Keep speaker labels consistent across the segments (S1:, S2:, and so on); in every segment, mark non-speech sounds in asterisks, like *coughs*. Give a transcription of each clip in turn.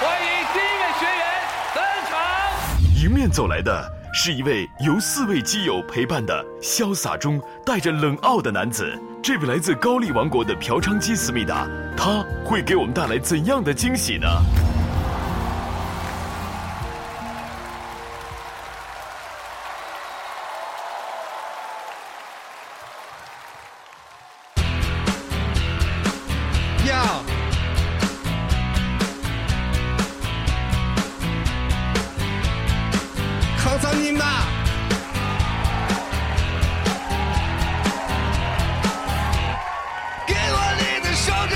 S1: 欢迎第一位学员登场。
S2: 迎面走来的是一位由四位基友陪伴的潇洒中带着冷傲的男子。这位来自高丽王国的嫖娼姬思密达，他会给我们带来怎样的惊喜呢？
S3: Yo. Come to me now. Give me your shoulder, give me your tools, let me drown in this sound.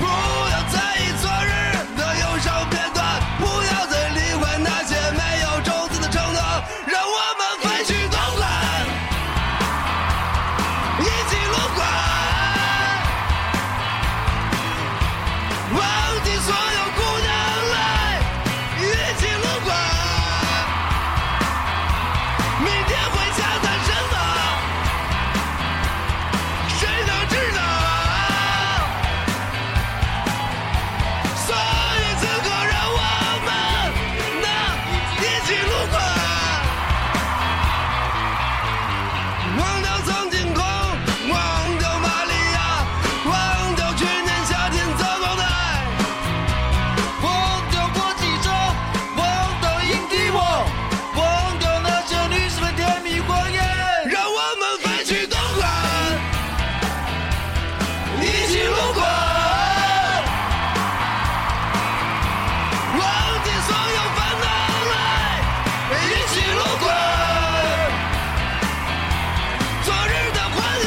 S3: 不要在意昨日的忧伤片段，不要再理会那些没有种子的承诺，让我们飞去东南，一起轮回，忘记所有姑娘来，一起轮回，明天回家谈什么？谁能知道？所有此刻，让我们能一起路过，忘掉曾经空，忘掉玛利亚，忘掉去年夏天糟糕的爱，忘掉国际周，忘掉印第我，忘掉那些女士们甜蜜谎言，让我们飞去东莞，一起路过。忘记所有烦恼来，一起路过。昨日的欢愉，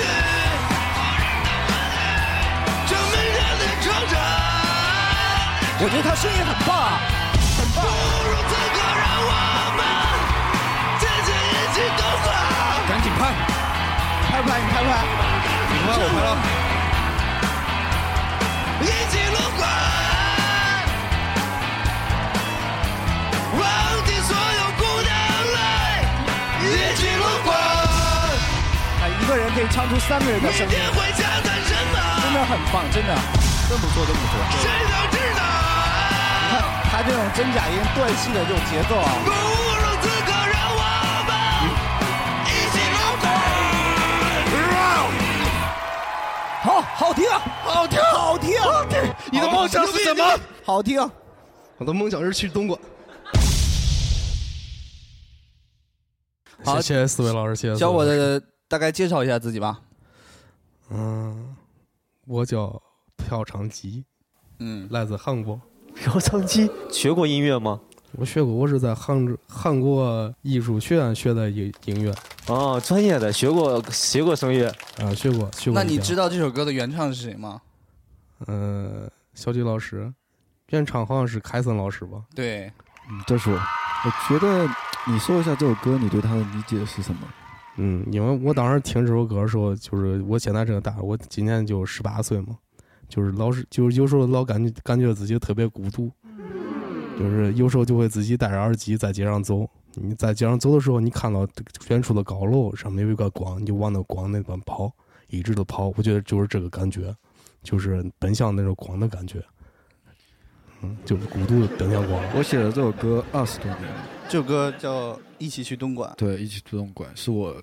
S3: 这明天的成长。我觉得他声音很棒，很棒。不如此刻让我们紧紧一起度过。赶紧拍，拍不拍？你拍不拍？你拍我拍了。一起路过。忘记所有姑娘来，一起路过。
S4: 啊，一个人可以唱出三个人的
S3: 明
S4: 声音，
S3: 天回家干什
S4: 真
S3: 么？
S4: 的很棒，真的，真不错，真不错。
S3: 谁能知道？
S4: 你看他这种真假音断戏的这种节奏啊，
S3: 不如此刻让我们一起路过。
S4: 好，好听，好听，好听，好听。
S3: 啊你的梦想是什么？
S4: 好听。啊
S3: 我的梦想是去东莞。
S4: 好
S5: 谢谢四位老师，谢谢四位
S4: 小伙
S5: 老师，
S4: 子，大概介绍一下自己吧。
S5: 嗯，我叫朴长吉，
S4: 嗯，
S5: 来自韩国。
S6: 饶昌基学过音乐吗？
S5: 我学过，我是在韩韩国艺术学院学的音音乐
S6: 哦，专业的，学过学过声乐。
S5: 啊，学过学过一下。
S4: 那你知道这首歌的原唱是谁吗？
S5: 嗯、小吉老师，原唱好像是凯森老师吧？
S4: 对，
S7: 这是我，我觉得你说一下这首歌，你对它的理解是什么？
S5: 嗯，因为我当时听这首歌的时候，就是我现在这个大，我今年就十八岁嘛，就是老是就是有时候老感觉感觉自己特别孤独，就是有时候就会自己戴着耳机在街上走。你在街上走的时候，你看到远处的高楼上面有一个光，你就往那光那边跑，一直的跑。我觉得就是这个感觉，就是奔向那种光的感觉。嗯，就是孤独奔向光。
S7: 我写了这首歌二十多年了，
S4: 这首歌叫《一起去东莞》。
S7: 对，一起去东莞是我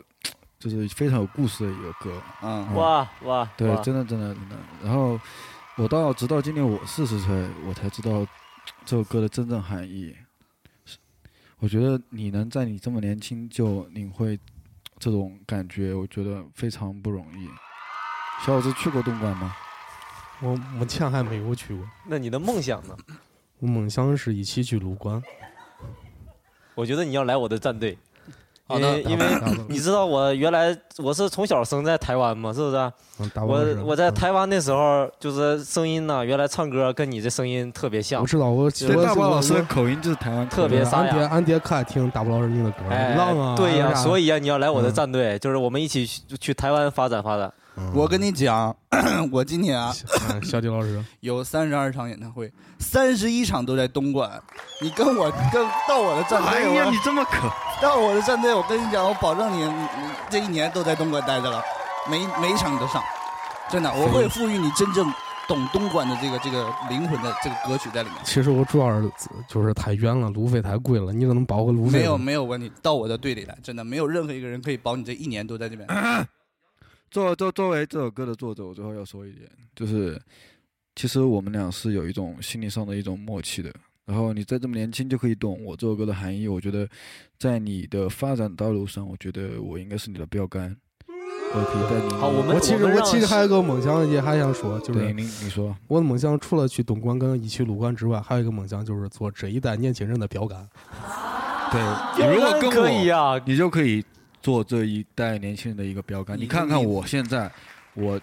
S7: 就是非常有故事的一个歌，
S4: 嗯，
S6: 哇哇，
S7: 对，
S6: 哇
S7: 真的真的真的。然后我到直到今年我四十岁，我才知道这首歌的真正含义。我觉得你能在你这么年轻就领会这种感觉，我觉得非常不容易。小伙子去过东莞吗？
S5: 我目前还没有去过，
S6: 那你的梦想呢？
S5: 我梦想是一起去鲁关。
S6: 我觉得你要来我的战队，
S5: 哦
S6: 因
S5: *laughs*
S6: 为因为你知道我原来我是从小生在台湾嘛，是不是？
S5: 嗯打包
S6: 我
S5: 是吧
S6: 我在台湾那时候就是声音呢，原来唱歌跟你这声音特别
S5: 嗯
S6: 像
S5: 我，知道我
S7: 对
S5: 我
S7: 大宝
S5: 我
S7: 老师
S5: 我
S7: 的口音就是台湾口音
S6: 特
S7: 啊
S6: 别
S5: 安
S6: 沙
S5: 迪
S6: 哑。
S5: 安迪可爱听大不老师那个歌，
S6: 哎，
S5: 浪啊，
S6: 对呀、
S5: 啊啥
S6: 所以呀、你要来我的
S5: 嗯
S6: 战队，就是我们一起去去台湾发展发展。
S5: 嗯
S8: 我跟你讲， *clears throat* 我今年啊
S5: 哎小迪
S7: *laughs*
S5: 老师，
S8: 有三十二场演唱会，三十一场都在东莞。你跟我跟到我的战
S7: 哎
S8: 队，
S7: 呀，
S8: 我
S7: 你这么可，
S8: 到我的战队，我跟你讲，我保证你你你这一年都在东莞待着了，每每一场你都上，真的，我会赋予你真正懂东莞的这个这个灵魂的这个歌曲在里面。
S5: 其实我主要是就是太冤了，路费太贵了，你怎么包个路费呢？
S8: 没有没有问题，到我的队里来，真的没有任何一个人可以保你这一年都在这边。
S7: 作作作为这首歌的作者，我最后要说一点，就是其实我们俩是有一种心理上的一种默契的。然后你在这么年轻就可以懂我这首歌的含义，我觉得在你的发展道路上，我觉得我应该是你的标杆，我可以带你。
S6: 好我们
S5: 我其实
S6: 们
S5: 我
S6: 让
S5: 其实还有一个梦想，也还想说，就
S7: 对
S5: 是
S7: 你你说，
S5: 我的梦想除了去东莞跟一去鲁冠之外，还有一个梦想就是做这一代年轻人的标杆。
S7: 对，如果跟
S6: 可
S7: 我啊
S6: 以啊呀、
S7: 你就可以做这一代年轻人的一个标杆。
S8: 你
S7: 你看看
S8: 你
S7: 我现在，我，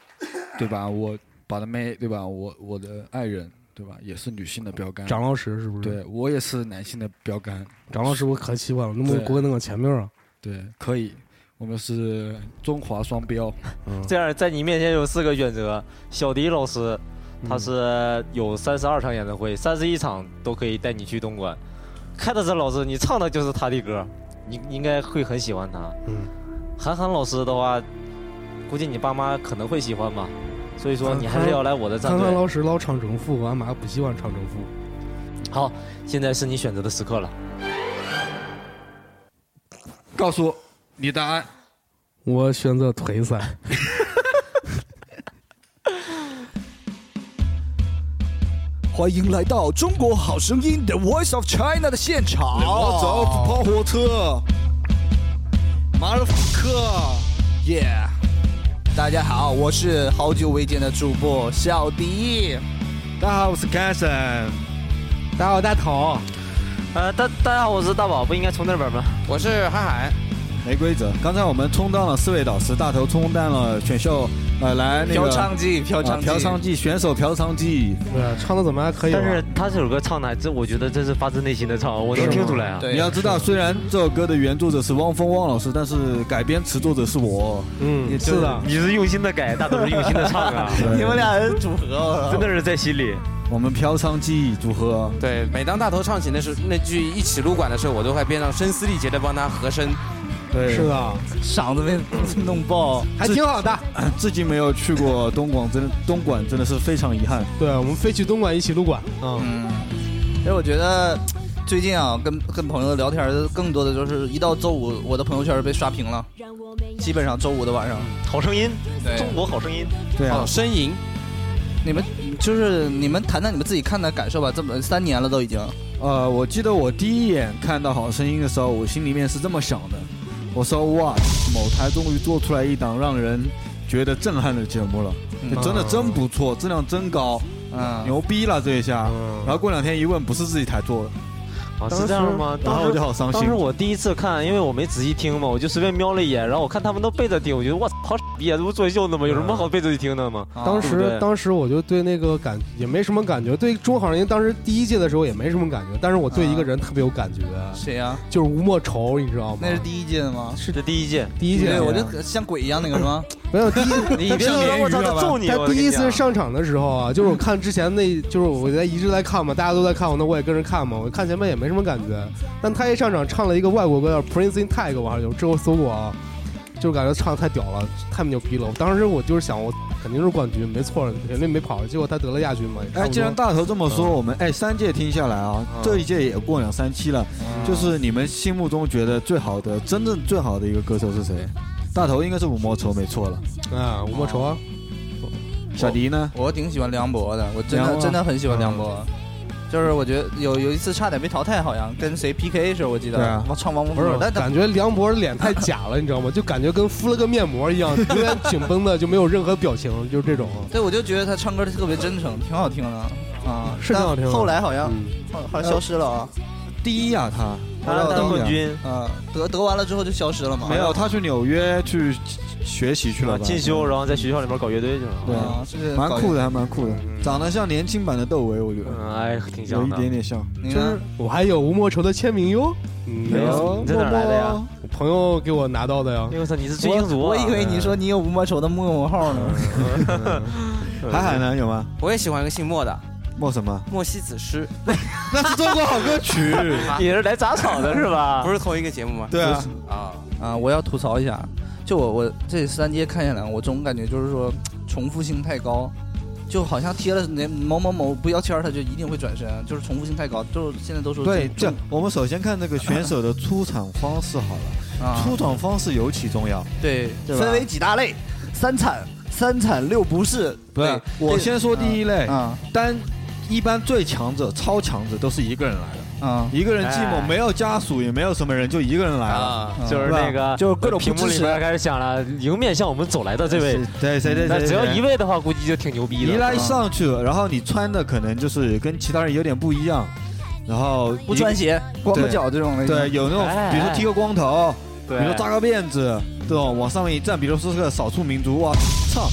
S7: 对吧？我把的妹，对吧？我我的爱人，对吧？也是女性的标杆。
S5: 张老师是不是？
S7: 对，我也是男性的标杆。
S5: 张老师我可喜欢了，能不能
S7: 对
S5: 给我弄个签名啊？
S7: 对，可以，我们是中华双标。
S5: 嗯，
S6: 这样在你面前有四个选择。小迪老师，他是
S5: 嗯
S6: 有三十二场演唱会，三十一场都可以带你去东莞。凯特森老师，你唱的就是他的歌，你你应该会很喜欢他。
S5: 嗯，
S6: 韩寒老师的话，估计你爸妈可能会喜欢吧，所以说
S5: 韩
S6: 你还是要来我的战
S5: 看看
S6: 队。
S5: 老师老唱征服，俺妈不喜欢唱征服。
S6: 好，现在是你选择的时刻了。
S7: 告诉我你答案。
S5: 我选择退赛。
S4: 欢迎来到中国好声音 The Voice of China 的现场。
S8: 我走跑火车，马尔福克，耶！大家好，我是好久未见的主播小迪。
S7: 大家好，我是 c a s o n
S8: 大家好，大头，
S6: 呃，大大家好，我是大宝，不应该从那边吗？
S9: 我是韩寒。
S10: 没规则。刚才我们充当了四位导师，大头充当了选秀，呃，来那
S8: 嫖
S10: 个
S8: 娼妓，嫖娼
S10: 啊
S8: 妓，
S10: 嫖娼季选手嫖娼季，
S5: 对，啊唱的怎么还可以吧？
S6: 但是他这首歌唱的，这我觉得这是发自内心的唱，我能听出来啊。
S8: 对，
S10: 你要知道，虽然这首歌的原作者是汪峰汪老师，但是改编词作者是我。
S5: 嗯，是的，
S6: 你是用心的改，大都是用心的唱
S10: *laughs*
S6: 啊，
S10: 对
S8: 你们俩人组合，
S6: 真的是在心里。
S10: 我们嫖娼季组合，
S9: 对，每当大头唱起那时那句“一起撸管”的时候，我都快变成声嘶力竭的帮他和声。
S10: 对，
S5: 是的，
S8: 嗓
S10: *laughs*
S8: 子被弄爆，还挺好的。
S10: 至今没有去过东莞，真东莞真的是非常遗憾。
S5: 对，我们非去东莞一起撸管啊。
S8: 嗯，但是我觉得呃最近啊，跟跟朋友聊天儿，更多的就是一到周五，我的朋友圈儿被刷屏了，基本上周五的晚上。
S6: 好声音，
S8: 对
S6: 中国好声音。
S10: 对啊
S9: 哦，，呻吟，
S8: 你们就是你们谈谈你们自己看的感受吧，这么三年了都已经。
S10: 呃，我记得我第一眼看到《好声音》的时候，我心里面是这么想的：我说哇，某台终于做出来一档让人觉得震撼的节目了，
S8: 嗯
S10: 真的
S5: 啊
S10: 真不错，质量真高，
S8: 嗯，
S10: 牛逼了这一下。
S5: 嗯
S10: 然后过两天一问，不是自己台做的，
S6: 啊，
S5: 当
S6: 是这样
S5: 时
S6: 吗？
S10: 然后
S6: 当
S10: 我
S6: 时
S10: 就好伤
S6: 当
S10: 心
S6: 时。我第一次看，因为我没仔细听嘛，我就随便瞄了一眼，然后我看他们都背着听，我觉得我操，好傻逼啊，这不作秀呢吗？有什么好背着去听的吗？
S5: 当
S6: 对不
S5: 时
S6: 对
S5: 当时我就对那个感也没什么感觉，对中好人当时第一届的时候也没什么感觉，但是我对一个
S10: 啊
S5: 人特别有感觉，
S8: 谁呀、
S5: 就是吴莫愁，你知道吗？
S8: 那是第一届的吗？
S6: 是这第一届，
S5: 第一届
S8: 对，，我就像鬼一样那个什么，
S5: 没有第一。
S6: 你别说我操，他揍你！
S5: 他
S6: 我
S5: 第
S6: 跟
S5: 一
S6: 你
S5: 次
S6: 讲
S5: 上场的时候
S6: *laughs*
S5: 啊，就是我看之前那，就是我在一直在看嘛，大家都在看我，那我也跟着看嘛。我看前面也没什么感觉，但他一上场唱了一个外国歌叫《Prince in Tag》，我好像有之后搜过啊，就感觉唱得太屌了，太牛逼了。我当时我就是想，我肯定是冠军，没错，肯定没跑。结果他得了亚军嘛。也差
S10: 哎，
S5: 不
S10: 既然
S5: 多
S10: 大头这么
S6: 嗯
S10: 说，我们哎三届听下来啊，这一届也过两三期了，
S6: 嗯
S10: 就是你们心目中觉得最好的、真正最好的一个歌手是谁？大头应该是吴莫愁，没错了。
S5: 啊，吴莫愁啊，
S10: 小迪呢？
S8: 我挺喜欢梁博的，我真
S10: 梁
S8: 的
S10: 博
S8: 真的很喜欢梁博。就是我觉得有有一次差点被淘汰，好像跟谁 PK 的时候，我记得
S10: 对啊
S8: 唱王文
S5: 不是
S8: 波，，但他
S5: 感觉梁博脸太假了，你知道吗？就感觉跟敷了个面膜一样，永远紧绷的，就没有任何表情，就是这种。
S8: 对我就觉得他唱歌特别真诚，挺好听的啊，
S5: 是挺好听的
S8: 但后来好像
S5: 嗯，
S8: 好好像消失了啊。
S10: 第一呀、他
S8: 我老
S6: 当
S8: 邓
S6: 冠军
S5: 呃
S8: 啊，得得完了之后就消失了嘛。
S10: 没有，他去纽约去学习去了吧，
S6: 进修，然后在学校里面搞乐队去了。
S10: 嗯
S6: 嗯
S10: 对
S8: 啊这个
S10: 蛮
S8: 搞
S10: 酷
S8: 乐
S10: 的，还蛮酷的，长得像年轻版的窦唯，我觉得，
S6: 哎，挺
S10: 有
S6: 像
S10: 一
S6: 的
S10: 点点像，
S5: 就是我还有吴莫愁的签名哟，
S10: 哎呦
S5: 嗯
S10: 你在哪儿来的呀？
S5: 我朋友给我拿到的呀。
S6: 哎我操，你是
S5: 追星族啊
S8: 我以为你说你有吴莫愁的木偶号呢。
S6: 嗯
S10: 海海呢有吗？
S9: 我也喜欢一个姓莫的，
S10: 莫什么？
S9: 莫西子诗，
S10: *laughs* 那是中国好歌
S9: *laughs*
S10: 曲
S6: 也是来杂草的是吧？
S9: 不是同一个节目吗？
S8: 对啊
S9: 啊
S10: 嗯
S8: 啊，我要吐槽一下，就我我这三阶看下来，我总感觉就是说重复性太高，就好像贴了那某某某标签儿，他就一定会转身，啊就是重复性太高，就是现在都说
S10: 对，
S8: 重
S10: 这我们首先看这个选手的出场方式好
S8: 啊
S10: 了，出场方式尤其重要。
S8: 对，
S10: 对吧
S8: 分为几大类，三产三产六不是，
S10: 不是
S8: 对，
S10: 我
S8: 对
S10: 先说第一类
S8: 啊，
S10: 单一般最强者、超强者都是一个人来的，
S8: 啊，
S10: 一个人寂
S6: 哎
S10: 寞，没有家属，也没有什么人，就一个人来了
S6: 啊，就是那个，
S10: 哎就是各种
S6: 屏幕里
S10: 啊
S6: 面开始响了，迎面向我们走来的这位，
S10: 对谁谁
S6: 那
S10: 谁
S6: 只要
S10: 谁
S6: 一位的话，估计就挺牛逼的。
S10: 一来上去，然后你穿的可能就是跟其他人有点不一样，然后
S8: 不穿鞋
S10: 对
S8: 光个脚这种类型
S10: 对，有那种
S8: 哎
S10: 比如说剃个光头，比
S8: 对
S10: 如说扎个辫子，这种往上面一站，比如说是个少数民族，哇，操，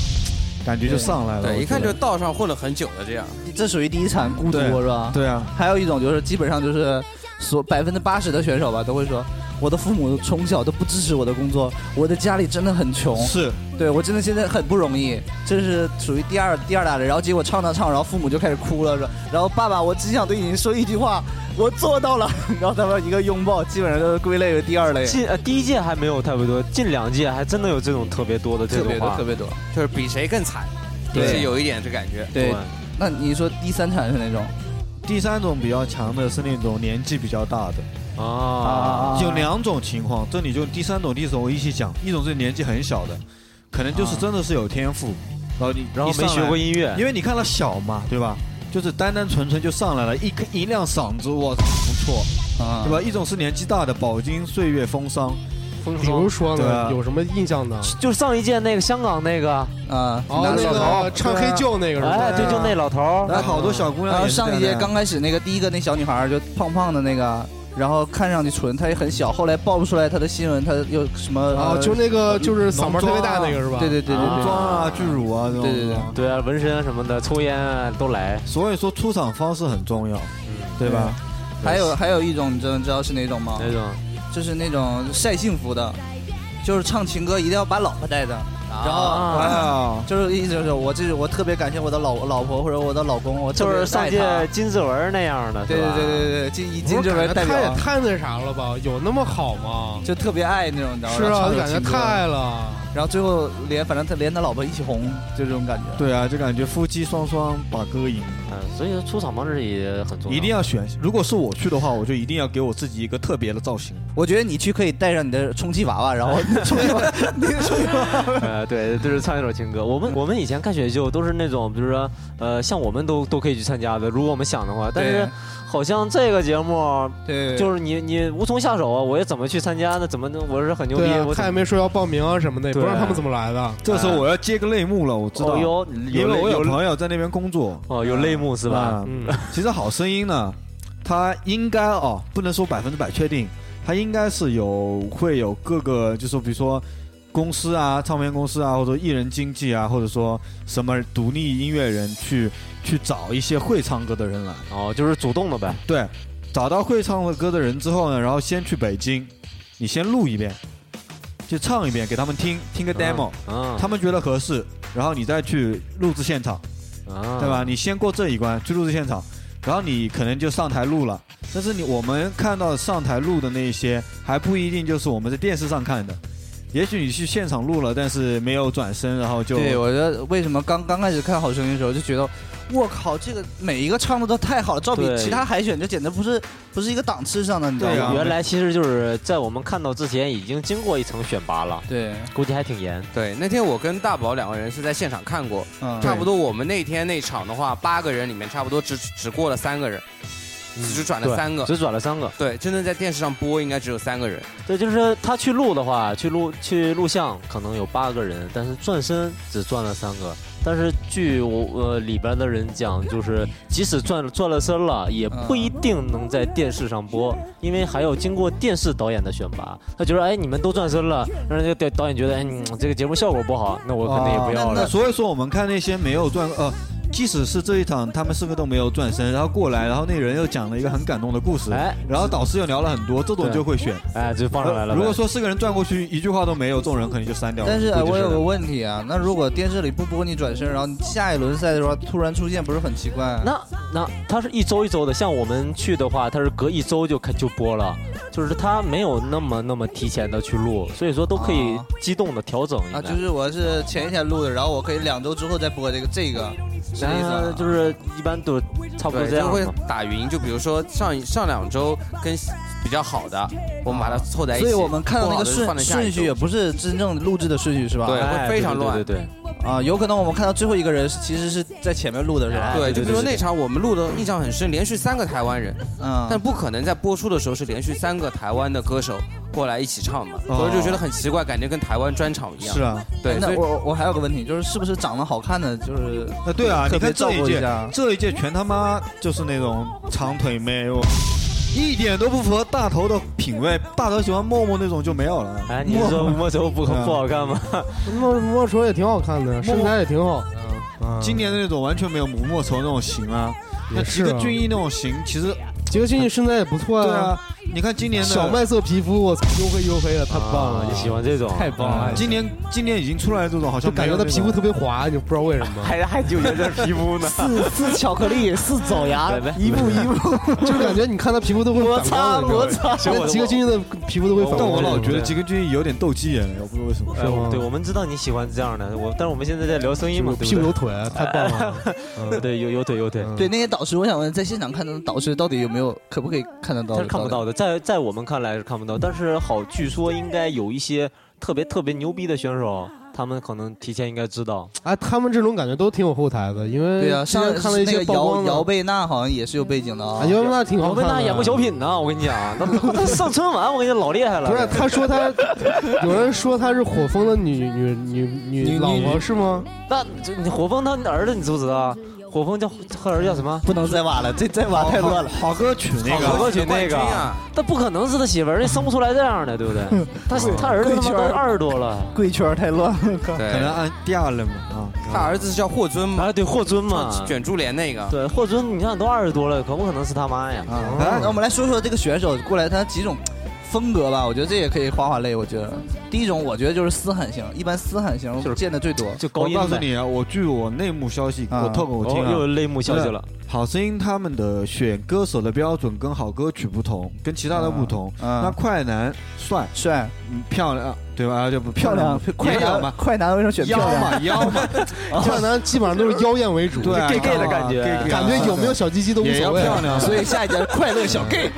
S10: 感觉就上来了。
S9: 对，
S10: 我
S9: 一看
S10: 觉
S9: 就
S10: 得
S9: 道上混了很久的这样。
S8: 这属于第一产孤独
S10: 对
S8: 是吧？
S10: 对啊。
S8: 还有一种就是基本上就是所百分之八十的选手吧，都会说我的父母从小都不支持我的工作，我的家里真的很穷，
S10: 是
S8: 对我真的现在很不容易，这是属于第二第二大类。然后结果唱着唱，然后父母就开始哭了，说，然后爸爸，我只想对你说一句话，我做到了。然后他们一个拥抱，基本上都归类为第二类。
S6: 近呃第一届还没有特别多，近两届还真的有这种特别多的这
S8: 特
S6: 种
S8: 别
S6: 话，
S8: 多特别多，
S9: 就是比谁更惨，
S8: 对
S9: 是有一点这感觉。
S8: 对，那你说第三产是哪种？
S10: 第三种比较强的是那种年纪比较大的
S6: 啊
S10: 有两种情况，这里就第三种、第四种我一起讲，一种是年纪很小的，可能就是真的是有天赋，然后你
S6: 然后
S10: 一上来
S6: 没学过音乐
S10: 因为你看他小嘛，对吧？就是单单纯纯就上来了，一一亮嗓子，哇，不错，
S8: 啊
S10: 对吧？一种是年纪大的，饱经岁月风霜，
S5: 比如说
S10: 对啊
S5: 呢，有什么印象呢？
S6: 就上一届那个香港那个
S8: 啊，
S5: 哦，那个唱
S10: 啊
S5: 黑舅那个是吧？
S6: 哎，对，就那老头儿，
S10: 然后好多小姑
S8: 然
S10: 娘
S8: 后
S10: 也是这样
S8: 上
S10: 的呀，
S8: 一届刚开始那个第一个那小女孩儿就胖胖的那个，然后看上去纯，她也很小，后来爆不出来她的新闻，她又什么
S5: 啊
S8: 呃
S5: 就那个就是嗓门
S8: 浓
S5: 特别
S8: 妆
S5: 大
S8: 啊
S5: 那个是吧
S8: 对对对对对，
S10: 妆啊、巨乳啊这种，
S8: 对对对
S6: 对啊，纹身啊什么的，抽烟啊都来。
S10: 所以说出场方式很重要，对吧？
S8: 还有还有一种，你知道知道是哪种吗？
S6: 哪种？
S8: 就是那种晒幸福的，就是唱情歌一定要把老婆带着，然后、
S10: 啊
S8: 就是意思就是我这我特别感谢我的老老婆或者我的老公，我特
S6: 就
S8: 别
S6: 是上
S8: 爱
S6: 届
S8: 他
S6: 金志文那样的，
S8: 对对
S6: 吧
S8: 对对对，就以
S5: 不是
S8: 金志文
S5: 感觉
S8: 代表
S5: 太
S8: 啊，
S5: 太那啥了吧？有那么好吗？
S8: 就特别爱那种，你知道吗？
S5: 是
S8: 然后
S5: 啊，
S8: 唱首
S5: 就感觉
S8: 情歌
S5: 太爱了。
S8: 然后最后连反正他连他老婆一起红，就这种感觉。
S10: 对啊，就感觉夫妻双双把歌赢。
S6: 嗯，所以说出场方式也很重要。
S10: 一定要选。如果是我去的话，我就一定要给我自己一个特别的造型。
S8: 我觉得你去可以带上你的充气娃娃，然 *laughs* 后充气娃娃，那个充气娃娃
S6: 呃，对，就是唱一首情歌。我们我们以前看选秀都是那种，比如说，呃，像我们都都可以去参加的，如果我们想的话。但
S8: 对
S6: 是好像这个节目，
S8: *laughs* 对
S6: 就是你你无从下手啊，我也怎么去参加呢？怎么能我是很牛逼
S5: 对啊？
S6: 我，
S5: 他也没说要报名啊什么的，也不知道
S6: 对
S5: 他们怎么来的。
S10: 这时候我要接个类目了，我知道，
S6: 哦哟有
S10: 因为我有
S6: 有
S10: 朋友在那边工作。
S6: 哦，有类目是吧？
S10: 嗯，其实好声音呢，它应该哦，不能说百分之百确定，它应该是有会有各个，就是比如说。公司啊，唱片公司啊，或者艺人经纪啊，或者说什么独立音乐人去去找一些会唱歌的人来。
S6: 哦，就是主动的呗。
S10: 对，找到会唱的歌的人之后呢，然后先去北京，你先录一遍，就唱一遍给他们听，听个 demo，、
S6: 嗯
S10: 他们觉得合适，然后你再去录制现场，
S6: 啊
S10: 对吧？？你先过这一关，去录制现场，然后你可能就上台录了。但是你我们看到上台录的那些，还不一定就是我们在电视上看的。也许你去现场录了，但是没有转身，然后就
S8: 对，我觉得为什么刚刚开始看《好声音》的时候就觉得，我靠，这个每一个唱的都太好了，照比
S6: 对
S8: 其他海选这简直不是不是一个档次上的，你知道吗？
S6: 原来其实就是在我们看到之前已经经过一层选拔了。
S8: 对，
S6: 估计还挺严。
S9: 对，那天我跟大宝两个人是在现场看过，
S8: 嗯
S9: 差不多我们那天那场的话，八个人里面差不多只只过了三个人，只转了
S6: 嗯对
S9: 三个，
S6: 只转了三个。
S9: 对，真正在电视上播应该只有三个人。
S6: 对，就是他去录的话，去录去录像可能有八个人，但是转身只转了三个，但是据我呃里边的人讲，就是即使转转了身了，也不一定能在电视上播，
S9: 嗯
S6: 因为还要经过电视导演的选拔。他觉得，哎，你们都转身了，让这个导导演觉得，哎，你这个节目效果不好，那我肯定也不要
S9: 哦
S10: 那
S6: 了。
S10: 那所以说，我们看那些没有转呃，即使是这一场他们四个都没有转身，然后过来，然后那人又讲了一个很感动的故事，
S6: 哎
S10: 然后导师又聊了很多，这种
S6: 对
S10: 就会选，
S6: 哎，就放上来了呗。
S10: 如果说四个人转过去一句话都没有，这种人肯定就删掉了。
S8: 但是哎
S10: 估计
S8: 我有
S10: 的
S8: 个问题啊，那如果电视里不播你转身，然后你下一轮赛的时候突然出现，不是很奇怪、啊
S6: 那那它是一周一周的，像我们去的话，它是隔一周就开就播了，就是它没有那么那么提前的去录，所以说都
S9: 啊
S6: 可以机动的调整应该。
S8: 啊，就是我是前一天录的，然后我可以两周之后再播这个，这个是这意思啊
S6: 呃？就是一般都差不多
S9: 对，
S6: 这
S9: 就
S6: 样
S9: 会
S6: 嘛。
S9: 打匀。就比如说上一上两周跟比较好的，我们把它凑在一起，
S8: 所以我们看到那
S9: 不好
S8: 个顺
S9: 的就放在下一周
S8: 顺序也不是真正录制的顺序是吧？
S9: 对会非常乱哎对对
S8: 啊，有可能我们看到最后一个人是其实是在前面录的是
S6: 哎
S8: 吧？
S9: 对，就比如说那场我们录的印象很深，连续三个台湾人，
S8: 嗯
S9: 但不可能在播出的时候是连续三个台湾的歌手过来一起唱嘛，
S8: 哦
S9: 所以就觉得很奇怪，感觉跟台湾专场一样。对，所
S8: 那
S9: 以
S8: 我我还有个问题，就是是不是长得好看的就是
S10: 啊，对啊，
S8: 特
S10: 你
S8: 别
S10: 看
S8: 照
S10: 这一
S8: 顾一
S10: 届
S8: 下，
S10: 这一届全他妈就是那种长腿妹，我一点都不符合大头的品味。大头喜欢默默那种就没有了。
S6: 哎，你
S9: *laughs*
S6: 说莫愁不不好看吗？
S5: 莫莫愁也挺好看的，身材也挺好。嗯
S10: 今年的那种完全没有莫愁那种型啊，
S5: 也是
S10: 吉
S5: 啊
S10: 格俊逸那种型，其实
S5: 杰克逊身材也不错
S10: 对
S5: 啊
S10: 啊，你看今年的
S5: 小麦色皮肤，我操黝黑黝黑的，太棒
S9: 啊
S5: 了！
S6: *laughs* 你喜欢这种？
S5: 太棒了
S10: 啊今年今年已经出来这种，好
S5: 就
S10: 像
S5: 感觉他皮肤特别滑，你不知道为什么。
S6: 还还纠结这皮肤呢
S8: 四四巧克力，四爪牙，一步一步，
S5: *laughs* 就感觉你看他皮肤都会反光的
S8: 摩擦摩擦
S5: 你知道吗那吉格逊的皮肤都会反光。
S10: 但我老觉得吉格俊逸有点斗鸡眼，我不知道为什么。
S6: 哎我对，我们知道你喜欢这样的，我，但是我们现在在聊声音嘛，对不
S5: 屁股
S6: 对嗯
S5: 有腿，啊太棒了！
S6: 对，有有腿有腿。
S8: 对，那些导师，我想问，在现场看到的导师到底有没有可不可以看得到？
S6: 他是看不到的，在在我们看来是看不到，但是好，据说应该有一些特别特别牛逼的选手，他们可能提前应该知道。
S5: 哎，他们这种感觉都挺有后台的，因为
S8: 对呀，
S5: 之
S8: 上
S5: 前看了一
S8: 那
S5: 些
S8: 个
S5: 曝
S8: 姚
S5: 光
S8: 姚
S5: 的，
S8: 贝娜好像也是有背景的啊
S5: 啊，姚贝娜挺好
S6: 我
S5: 看
S6: 们
S5: 的。
S6: 那演过小品呢，我跟你讲，那那上春晚，我跟你讲老厉害了。
S5: 不是，他说他，有人说他是火风的女女女女老婆是吗？
S6: 那这你火风他儿子你知不知道？火风叫他儿子叫什么？
S8: 不能再挖了，这再挖太乱了。
S10: 好歌曲那
S6: 好歌曲那个
S9: 冠军啊，
S6: 那不可能是他媳妇儿，那生不出来这样的，对不对？
S10: 嗯
S6: 他他儿子他妈都二十多了，
S8: 贵圈太乱了，靠！
S10: 可能
S9: 对，
S10: 按第二轮吧啊。
S9: 他儿子是叫霍尊嘛，
S6: 啊，对霍尊嘛，
S9: 卷珠帘
S10: 哦
S9: 那个，
S6: 对霍尊，你看都二十多了，可不可能是他妈
S10: 啊
S6: 呀？
S8: 来，哎那我们来说说这个选手过来，他几种风格吧，我觉得这也可以划划类。我觉得第一种，我觉得就是嘶喊型，一般嘶喊型
S6: 就是
S8: 见的最多。
S6: 就高
S10: 我
S6: 音
S10: 告诉
S6: 呗。
S10: 你啊，我据我内幕消息，
S8: 啊
S10: 我透给我听
S6: 哦
S10: 啊，
S6: 又有内幕消息了。
S10: 好声音他们的选歌手的标准跟好歌曲不同，跟其他的不同。
S5: 啊
S8: 嗯嗯
S10: 那快男帅、
S8: 帅、
S10: 嗯漂亮，对吧？啊就不
S8: 漂亮，快
S10: 也有
S8: 男
S10: 嘛，
S8: 快男为什么选漂
S10: 腰嘛
S8: 亮？
S10: 腰嘛，
S5: 这男基本上都是妖艳为主，
S10: 对啊，
S6: gay gay 的感觉
S10: 啊，gay gay 啊
S5: 感觉有没有小鸡鸡都无
S10: 也
S5: 所
S10: 要
S5: 谓。
S10: 漂亮，
S8: 所以下一节快乐小 gay，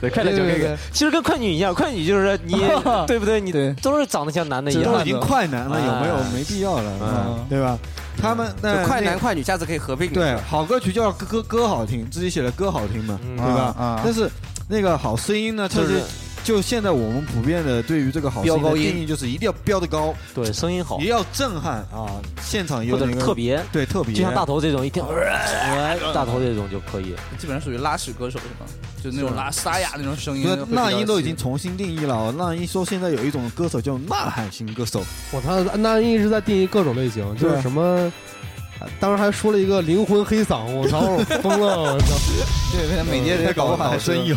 S6: 对，快点
S5: 对
S6: 就
S5: 对
S6: 这个
S5: 对，
S6: 其实跟快女一样，快女就是你，
S10: *laughs*
S6: 对不对？你
S8: 对
S6: 都是长得像男的一
S10: 都
S6: 样
S10: 已。经快男了，
S6: 哎
S10: 有没有没必要了
S8: 嗯，
S10: 对吧？他们 *laughs* 那
S9: 就快
S10: 那
S9: 男快女，下次可以合并。
S10: 对，好歌曲叫歌歌歌好听，自己写的歌好听嘛，
S6: 嗯
S10: 对吧？
S8: 啊啊
S10: 但是那个好声音呢，它
S6: 就是
S10: 是就现在我们普遍的对于这个好声音
S8: 飙
S10: 的
S8: 高音
S10: 定义就是一定要飙得高，
S6: 对，声音好
S10: 也，要震撼啊，现场也有
S6: 或者
S10: 那个
S6: 特别，
S10: 对特别，
S6: 就像大头这种一听，哎大头这种就可以。
S8: 基本上属于拉屎歌手是吧？就那种拉沙哑那种声音
S10: 对。
S8: 那
S10: 那英都已经重新定义了哦，那英说现在有一种歌手叫呐喊型歌手，
S5: 我操，那一直在定义各种类型，就是什么。啊当时还说了一个灵魂黑嗓，我操，我疯了！我操，
S10: *laughs*
S8: 对，每节人
S10: 太
S8: 家搞
S10: 搞
S8: 不
S10: 不
S8: 好
S10: 好，啊真有。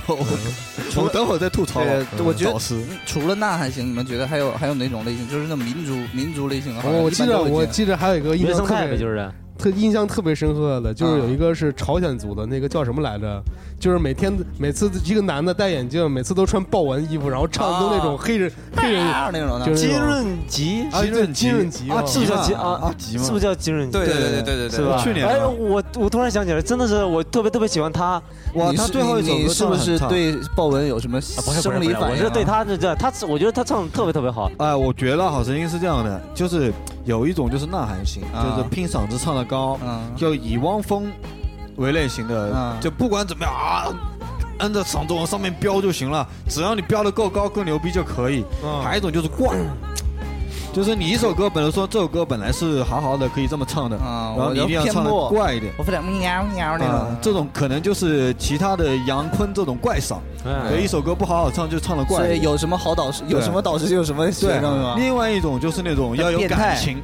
S10: 我等会儿再吐槽
S8: 对
S10: 啊。
S8: 我觉得
S10: 导师
S8: 除了呐喊型，你们觉得还有还有哪种类型？就是那种民族民族类型的。好像
S5: 哦我
S8: 一
S5: 记
S8: 般都
S5: 得
S10: 啊
S8: 有
S5: 我
S8: 见
S5: 记得还有一个印
S6: 原
S5: 象
S6: 生
S5: 特
S6: 态
S5: 别
S6: 呗，就是。
S5: 特印象特别深刻的，就是
S8: 啊
S5: 有一个是朝鲜族的那个叫什么来着？就是每天每次一个男的戴眼镜，每次都穿豹纹衣服，然后唱
S10: 啊
S5: 的都那种黑人、黑人，
S8: 啊那种的
S5: 就。是
S6: 金
S5: 那种
S6: 润吉
S5: 啊对金润吉
S10: 吉啊，
S5: 哦
S6: 是不是叫
S10: 吉
S6: 金
S10: 嘛
S6: 啊
S10: 啊吉嘛，
S6: 是不是叫金润吉？
S9: 对对对对对对
S6: 是吧？
S10: 去年
S6: 哎，
S10: 吧
S6: 我我突然想起来，真的是我特别特别喜欢他。
S10: 哇，
S8: 你
S10: 他
S8: 是
S10: 最后一
S8: 你
S10: 首
S8: 你
S10: 歌
S8: 是不
S10: 唱得很
S8: 是
S10: 差？
S8: 对豹纹有什么
S6: 啊，啊不是不
S8: 生
S6: 是不
S8: 理
S6: 是，
S8: 反
S6: 我
S8: 应
S6: 是
S8: 啊？
S6: 对他这这他，我觉得他唱的特别特别好。
S10: 哎，我觉得好声音是这样的，就是有一种就是呐喊型，
S8: 啊
S10: 就是拼嗓子唱的高，
S8: 嗯
S10: 就以汪峰为类型的
S8: 啊，
S10: 就不管怎么样啊，按着嗓子往
S9: 嗯 *coughs*
S10: 上面飙就行了，只要你飙得够高、够牛逼就可以。还有一种就是挂，就是你一首歌，本来说这首歌本来是好好的，可以这么唱的，然后
S8: 啊我
S10: 你一
S8: 就
S10: 定要
S8: 偏
S10: 唱的
S8: 颇
S10: 怪一点。
S8: 我非得喵喵那
S10: 啊
S8: 种。，
S10: 这种可能就是其他的杨坤这种怪嗓，
S8: 嗯
S6: 哎
S10: 有一首歌不好好唱就唱的怪一
S8: 所
S10: 点，
S8: 以有什么好导师，
S10: 对
S8: 有什么导师就有什么学生是吧？
S10: 对，另外一种就是那种
S9: 嗯
S10: 要有感情，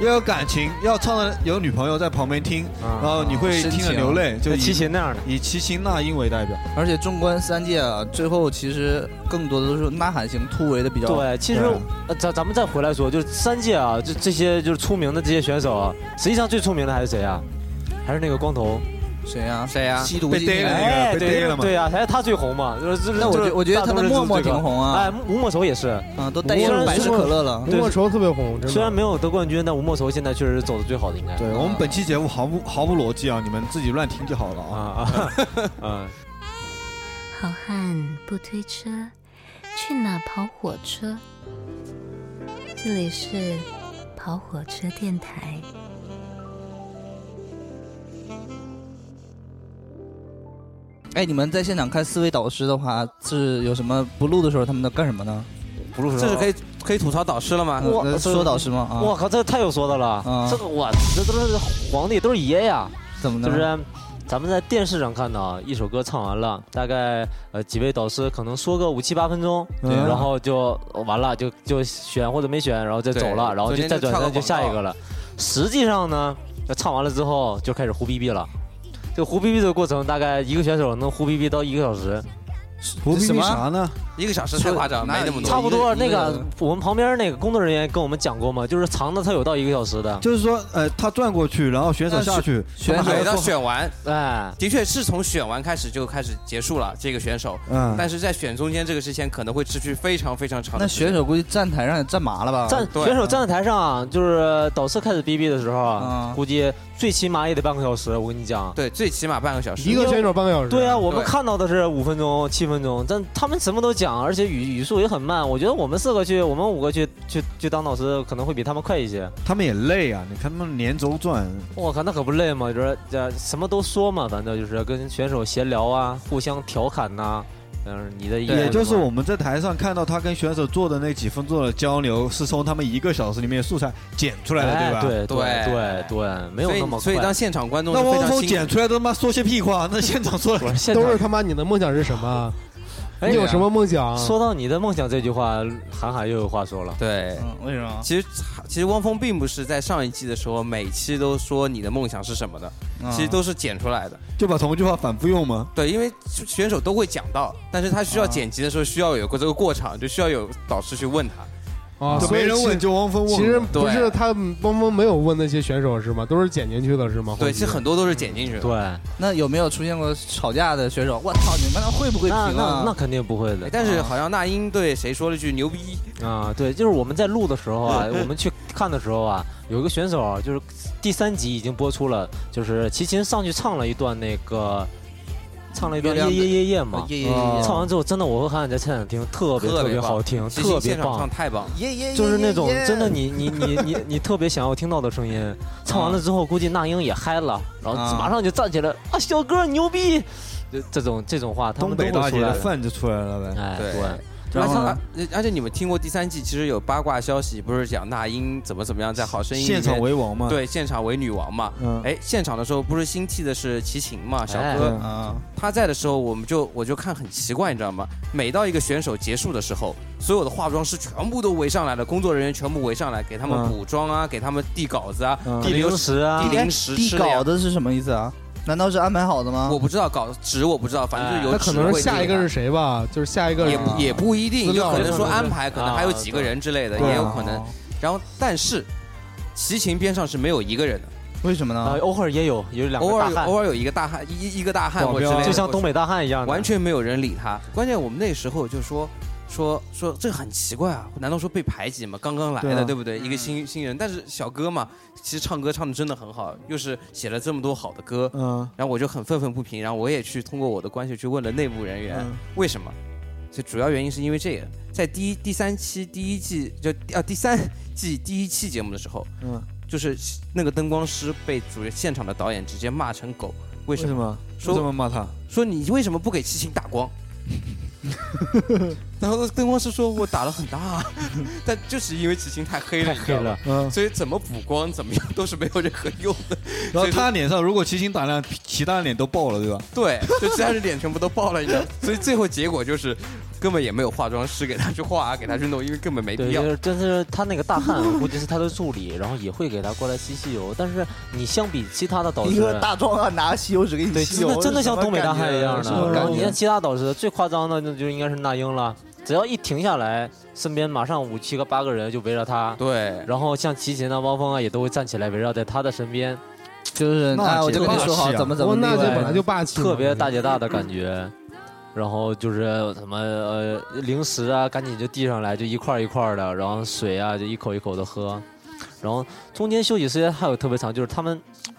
S10: 要有感情，要唱的有女朋友在旁边听，
S9: 嗯
S6: 啊
S10: 然
S6: 哦
S10: 后你会听着流泪，就以
S6: 齐秦那样的，
S10: 以齐秦那英为代表。
S8: 而且纵观三届啊，最后其实更多的都是呐喊型突围的比较。
S6: 对，其实呃咱咱们再回来说，就是三届啊，就这些就是出名的这些选手啊，实际上最出名的还是谁啊？还是那个光头。
S8: 谁呀、
S9: 谁呀、
S8: 吸毒
S6: 被
S8: 进
S6: 逮
S8: 去
S6: 了那个
S8: 哎
S6: 被
S8: 对
S6: 逮了嘛
S8: 对呀、
S6: 还是啊他最红嘛。就是
S8: 那我觉我觉得他的默默挺红啊
S6: 哎，吴莫愁也是
S8: 啊，都代言了百事可乐了
S5: 吴莫愁特别红，真
S6: 虽
S5: 的。
S6: 然没有得冠军，但吴莫愁现在确实是走的最好的，应该。
S10: 对我们本期节目毫不毫不逻辑啊，你们自己乱听就好了
S6: 啊。啊，
S11: 好汉不推车，去哪跑火车？这里是跑火车电台。
S8: 哎，你们在现场看四位导师的话，是有什么不录的时候他们都干什么呢？
S6: 不录
S9: 这是可以可以吐槽导师了吗？
S8: 我啊说导师吗？啊，
S6: 我靠，这太有说的了
S8: 啊！
S6: 这个我这都是皇帝，都是爷呀。
S8: 怎
S9: 嗯
S8: 么呢
S6: 就是咱们在电视上看到一首歌唱完了，大概呃几位导师可能说个五七八分钟，
S9: 对啊
S6: 然后就完了，就就选或者没选，然后再走了，
S9: 对
S6: 然后
S9: 中
S6: 就
S9: 间
S6: 再
S9: 就
S6: 转
S9: 跳个
S6: 身就
S9: 广
S6: 下一
S9: 告
S6: 个了。实际上呢，那唱完了之后就开始胡逼逼了。这个胡逼逼的过程大概一个选手能胡逼逼到一个小时。
S10: 胡逼逼啥呢？
S9: 一个小时太夸张，没那么多。
S6: 差不多。那
S9: 一
S6: 个我们旁边那个工作人员跟我们讲过嘛，就是长的它有到一个小时的，
S10: 就是说，呃，他转过去，然后选手下去，他们还
S9: 对
S10: 要
S9: 到
S10: 做
S9: 选完，
S6: 哎，
S9: 的确是从选完开始就开始结束了这个选手，
S10: 嗯
S9: 但是在选中间这个之前可能会持续非常非常长
S8: 那
S9: 的时间。
S8: 选手估计站台上也站麻了
S9: 啊
S8: 吧？
S6: 站选手站在台上啊，就是导师开始逼逼的时候啊，估计最起码也得半个小时。我跟你讲，
S9: 嗯对，最起码半个小时。
S6: 对啊，我们
S9: 对
S6: 看到的是五分钟、七分钟，但他们什么都讲，而且语语速也很慢。我觉得我们四个去，我们五个去去去当导师，可能会比他们快一些。
S10: 他们也累啊，你看他们连轴转，
S6: 我靠，那可不累嘛，就是这什么都说嘛，反正就是跟选手闲聊啊，互相调侃呐、嗯，你的意见
S10: 也就
S6: 什
S10: 是
S6: 么
S10: 我们在台上看到他跟选手做的那几分钟的交流，是从他们一个小时里面素材剪出来
S6: 哎
S10: 的，吧？
S6: 对对对，没有
S9: 所以
S6: 那么快。
S9: 所以当现场观众
S10: 那
S9: 是非
S10: 汪
S9: 常
S10: 峰
S9: 辛苦
S10: 剪出来都他妈说些屁话，那现场说
S5: 都是他妈你的梦想是什
S9: *laughs*
S5: 么？
S6: 哎
S5: 你有什么梦想？
S9: 嗯
S6: 说到你的梦想这句话，韩寒又有话说了。
S9: 对，
S8: 嗯为什么？
S9: 其实其实汪峰并不是在上一季的时候每期都说你的梦想是什么的，
S10: 嗯
S9: 其实都是剪出来的。
S10: 就把同一句话反复用吗？
S9: 对，因为选手都会讲到，但是他需要剪辑的时候需要有过这个过场，就需要有导师去问他。
S5: 啊，
S9: 就
S5: 所以其其实不是
S9: 对
S5: 他们汪峰没有问那些选手是吗？都是剪进去的是吗？
S9: 对，其实很多都是剪进去的。
S6: 对，
S8: 那有没有出现过吵架的选手？我操，你们那会不会评啊？
S6: 肯定不会的
S9: 哎但是好像那英对谁说了一句牛逼，
S6: 啊，对，就是我们在录的时候
S9: *laughs*
S6: 啊，我们去看的时候啊，有一个选手啊就是第三集已经播出了，就是齐秦上去唱了一段那个。唱了一段
S9: 月
S6: 夜
S9: 亮的
S6: 夜夜夜
S8: 哎
S6: 嘛，
S9: 夜夜夜夜
S6: 唱完之后，真的我和韩寒在现场听，特别特别
S9: 棒
S6: 好听，
S9: 齐秦
S6: 特别
S9: 现场
S6: 棒
S9: 唱，太棒，
S8: 耶
S5: 哎
S8: 耶
S6: 就是那种真的你你你
S5: *laughs*
S6: 你你特别想要听到的声音，唱
S5: 啊
S6: 完了之后，估计那英也嗨了，然后
S9: 啊
S6: 马上就站起来啊，小哥牛逼，就这种这种话，他
S10: 东
S6: 们都
S10: 北大
S6: 会出
S10: 姐
S6: 来
S10: 的
S6: 的。
S10: 饭就出来了呗。
S6: 哎，
S9: 对
S6: 对。
S9: 而
S6: 然
S9: 且
S6: 后
S9: 而而且你们听过第三季，其实有八卦消息，不是讲那英怎么怎么样在《
S6: 哎
S9: 好声音》里面
S10: 现场为王嘛
S9: 对，现场为女王嘛。
S10: 嗯
S9: 哎，现场的时候不是新替的是齐秦嘛，小
S6: 哎
S9: 哥
S6: 嗯
S9: 啊，他在的时候，我们就我就看很奇怪，你知道吗？每到一个选手结束的时候，所有的化妆师全部都围上来了，工作人员全部围上来，给他们
S8: 嗯
S9: 补妆啊，给他们递稿子啊，
S8: 递
S9: 流
S8: 零食啊
S9: 递零食
S8: 递
S9: 吃的呀
S8: 稿子是什么意思啊？难道是安排好的吗？
S9: 我不知道稿纸我不知道，反
S6: 哎
S9: 正就有
S5: 那
S9: 纸
S5: 可能
S9: 会
S5: 是
S9: 递
S5: 下一
S9: 给
S5: 个
S9: 他
S5: 是谁吧？就是下一个
S9: 也
S6: 啊
S9: 不也不一定，
S5: 资
S9: 有
S5: 料
S9: 可能
S5: 是
S9: 说
S5: 吧
S9: 安排，可能还有几个人之类的，
S5: 对
S9: 也有可能。然后，但是齐秦边上是没有一个人的，
S8: 为什么呢？
S6: 啊偶尔也有有两
S9: 偶
S6: 个大
S9: 尔
S6: 汉，
S9: 偶尔有一个大汉，一一个大汉
S6: 保
S9: 或者
S6: 镖
S9: 之类的，
S6: 就像东北大汉一样的
S9: 完全没有人理他。关键我们那时候就说说说这很奇怪啊，难道说被排挤吗？刚刚来
S6: 对
S9: 的，
S6: 啊
S9: 对不对？一个新新人，但是小哥嘛，其实唱歌唱的真的很好，又是写了这么多好的歌，
S10: 嗯，
S9: 然后我就很愤愤不平，然后我也去通过我的关系去问了内部人员
S10: 嗯
S9: 为什么。所以主要原因是因为这个，在第一第三期第一季就啊第三季第一期节目的时候，
S10: 嗯，
S9: 就是那个灯光师被主现场的导演直接骂成狗，为什么？
S10: 为什么
S9: 说
S10: 为什么骂他？ *laughs*
S9: 说你为什么不给齐秦打光？ *laughs* 然后灯光师说我打了很大啊，但就是因为纸巾太黑了，你知道吧？所以怎么补光怎么样都是没有任何用的。
S10: 然
S9: 所
S10: 后
S9: 以
S10: 他脸上如果骑行打量，其他人脸都爆了，对吧？
S9: 对，就其他人脸全部都爆了，你知道？所以最后结果就是根本也没有化妆师给他去画啊，给他去弄，因为根本没必
S6: 对，
S9: 要
S6: 就。是真是他那个大汉，我估计是他的助理，然后也会给他过来吸吸油。但是你相比其他的导
S8: 一
S6: 师，
S8: 个大壮啊，拿吸油纸给你
S6: 对，
S8: 吸
S6: 真
S8: 油，
S6: 的真的像东北大汉一样
S8: 是
S6: 的。啊
S8: 吧
S6: 然后你看其他导师最夸张的，那就应该是那英了。只要一停下来，身边马上五七个八个人就围着他。
S9: 对，
S6: 然后像齐秦啊、汪峰啊，也都会站起来围绕在他的身边。
S8: 就是
S5: 那哎我就跟你说好霸气啊怎么怎么地哇那这本来就霸气嘛
S6: 特别大姐大的感觉。然后就是什么呃零食啊，赶紧就递上来，就一块儿一块儿的，然后水啊就一口一口的喝，然后中间休息时间还有特别长，就是他们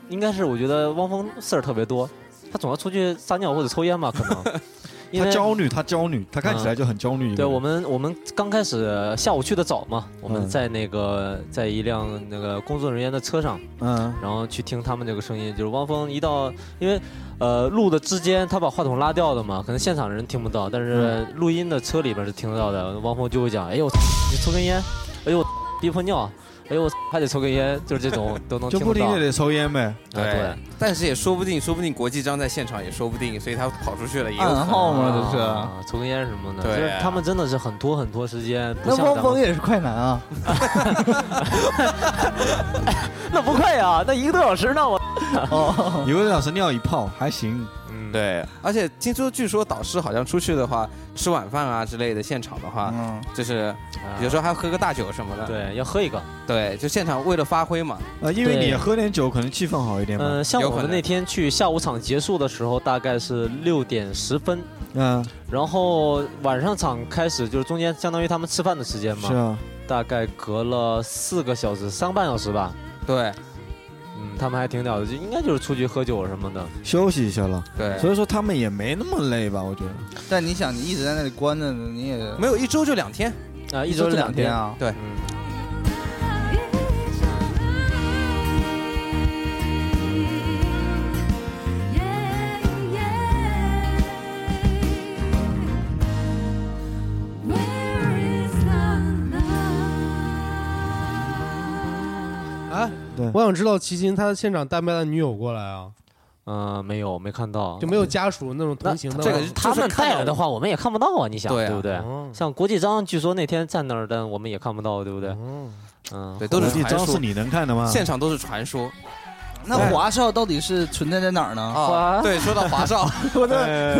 S6: 应该是我觉得汪峰事儿特别多，他总要出去撒尿或者抽烟吧，
S10: *laughs*
S6: 可能。因为
S10: 他焦虑，他焦虑，他看起来就很焦虑一个人。
S6: 对我们，我们刚开始下午去的早嘛，我们
S10: 嗯
S6: 在那个在一辆那个工作人员的车上，
S10: 嗯，
S6: 然后去听他们这个声音，就是汪峰一到，因为呃录的之间他把话筒拉掉的嘛，可能现场人听不到，但是录音的车里边是听得到的。汪峰就会讲，哎呦， *laughs* 你抽根烟，哎呦， *laughs* 憋破尿，哎呦， *laughs* 还得抽根烟，就是这种 *laughs* 都能
S10: 就
S6: 听
S10: 不
S6: 得
S10: 停
S6: 到
S10: 的。得抽烟呗。
S6: 对对，
S9: 但是也说不定，说不定国际章在现场也说不定，所以他跑出去了也有可能。
S6: 啊抽根烟什么的，
S9: 对
S6: 就是他们真的是很拖很拖时间。不
S8: 那
S6: 像咱
S8: 汪
S6: 们
S8: 峰也是快男啊，
S6: 那不快呀，那一个多小时那我。
S10: 一个多小时尿一泡还行。
S6: 嗯，
S9: 对，而且听说据说导师好像出去的话，吃晚饭啊之类的，现场的话，就是有时候还喝个大酒什么的。
S6: 对，要喝一个。
S9: 对，就现场为了发挥嘛。
S10: 呃，因为你喝点酒，可能气氛好一点嘛。
S6: 嗯，像我们那天去下午场结束的时候，大概是六点十分，
S10: 嗯，
S6: 然后晚上场开始就是中间相当于他们吃饭的时间嘛，
S10: 是啊，
S6: 大概隔了四个小时，三个半小时吧。
S9: 对，
S6: 嗯，他们还挺屌的，就应该就是出去喝酒什么的。
S10: 休息一下了。
S9: 对
S10: 所以说他们也没那么累吧？我觉得。
S8: 但你想，你一直在那里关着，你也
S9: 没有一周就两天
S6: 啊，
S8: 一周就两天啊
S9: 对，
S5: 哎，我想知道齐秦他现场带没带女友过来啊？
S6: 嗯，没有，没看到，
S5: 就没
S9: 哦
S5: 有家属那种同行的吗。
S6: 他们带了的话，我们也看不到啊！你想，
S5: 对啊
S6: 对不对？像国际章，据说那天站那儿，但我们也看不到，对不对？嗯，
S9: 对，都是传说。现
S6: 场
S9: 场都是传说。
S8: 那华少到底是存在在哪儿呢？
S9: 啊对说到华少 *laughs*
S8: 我的
S9: 哎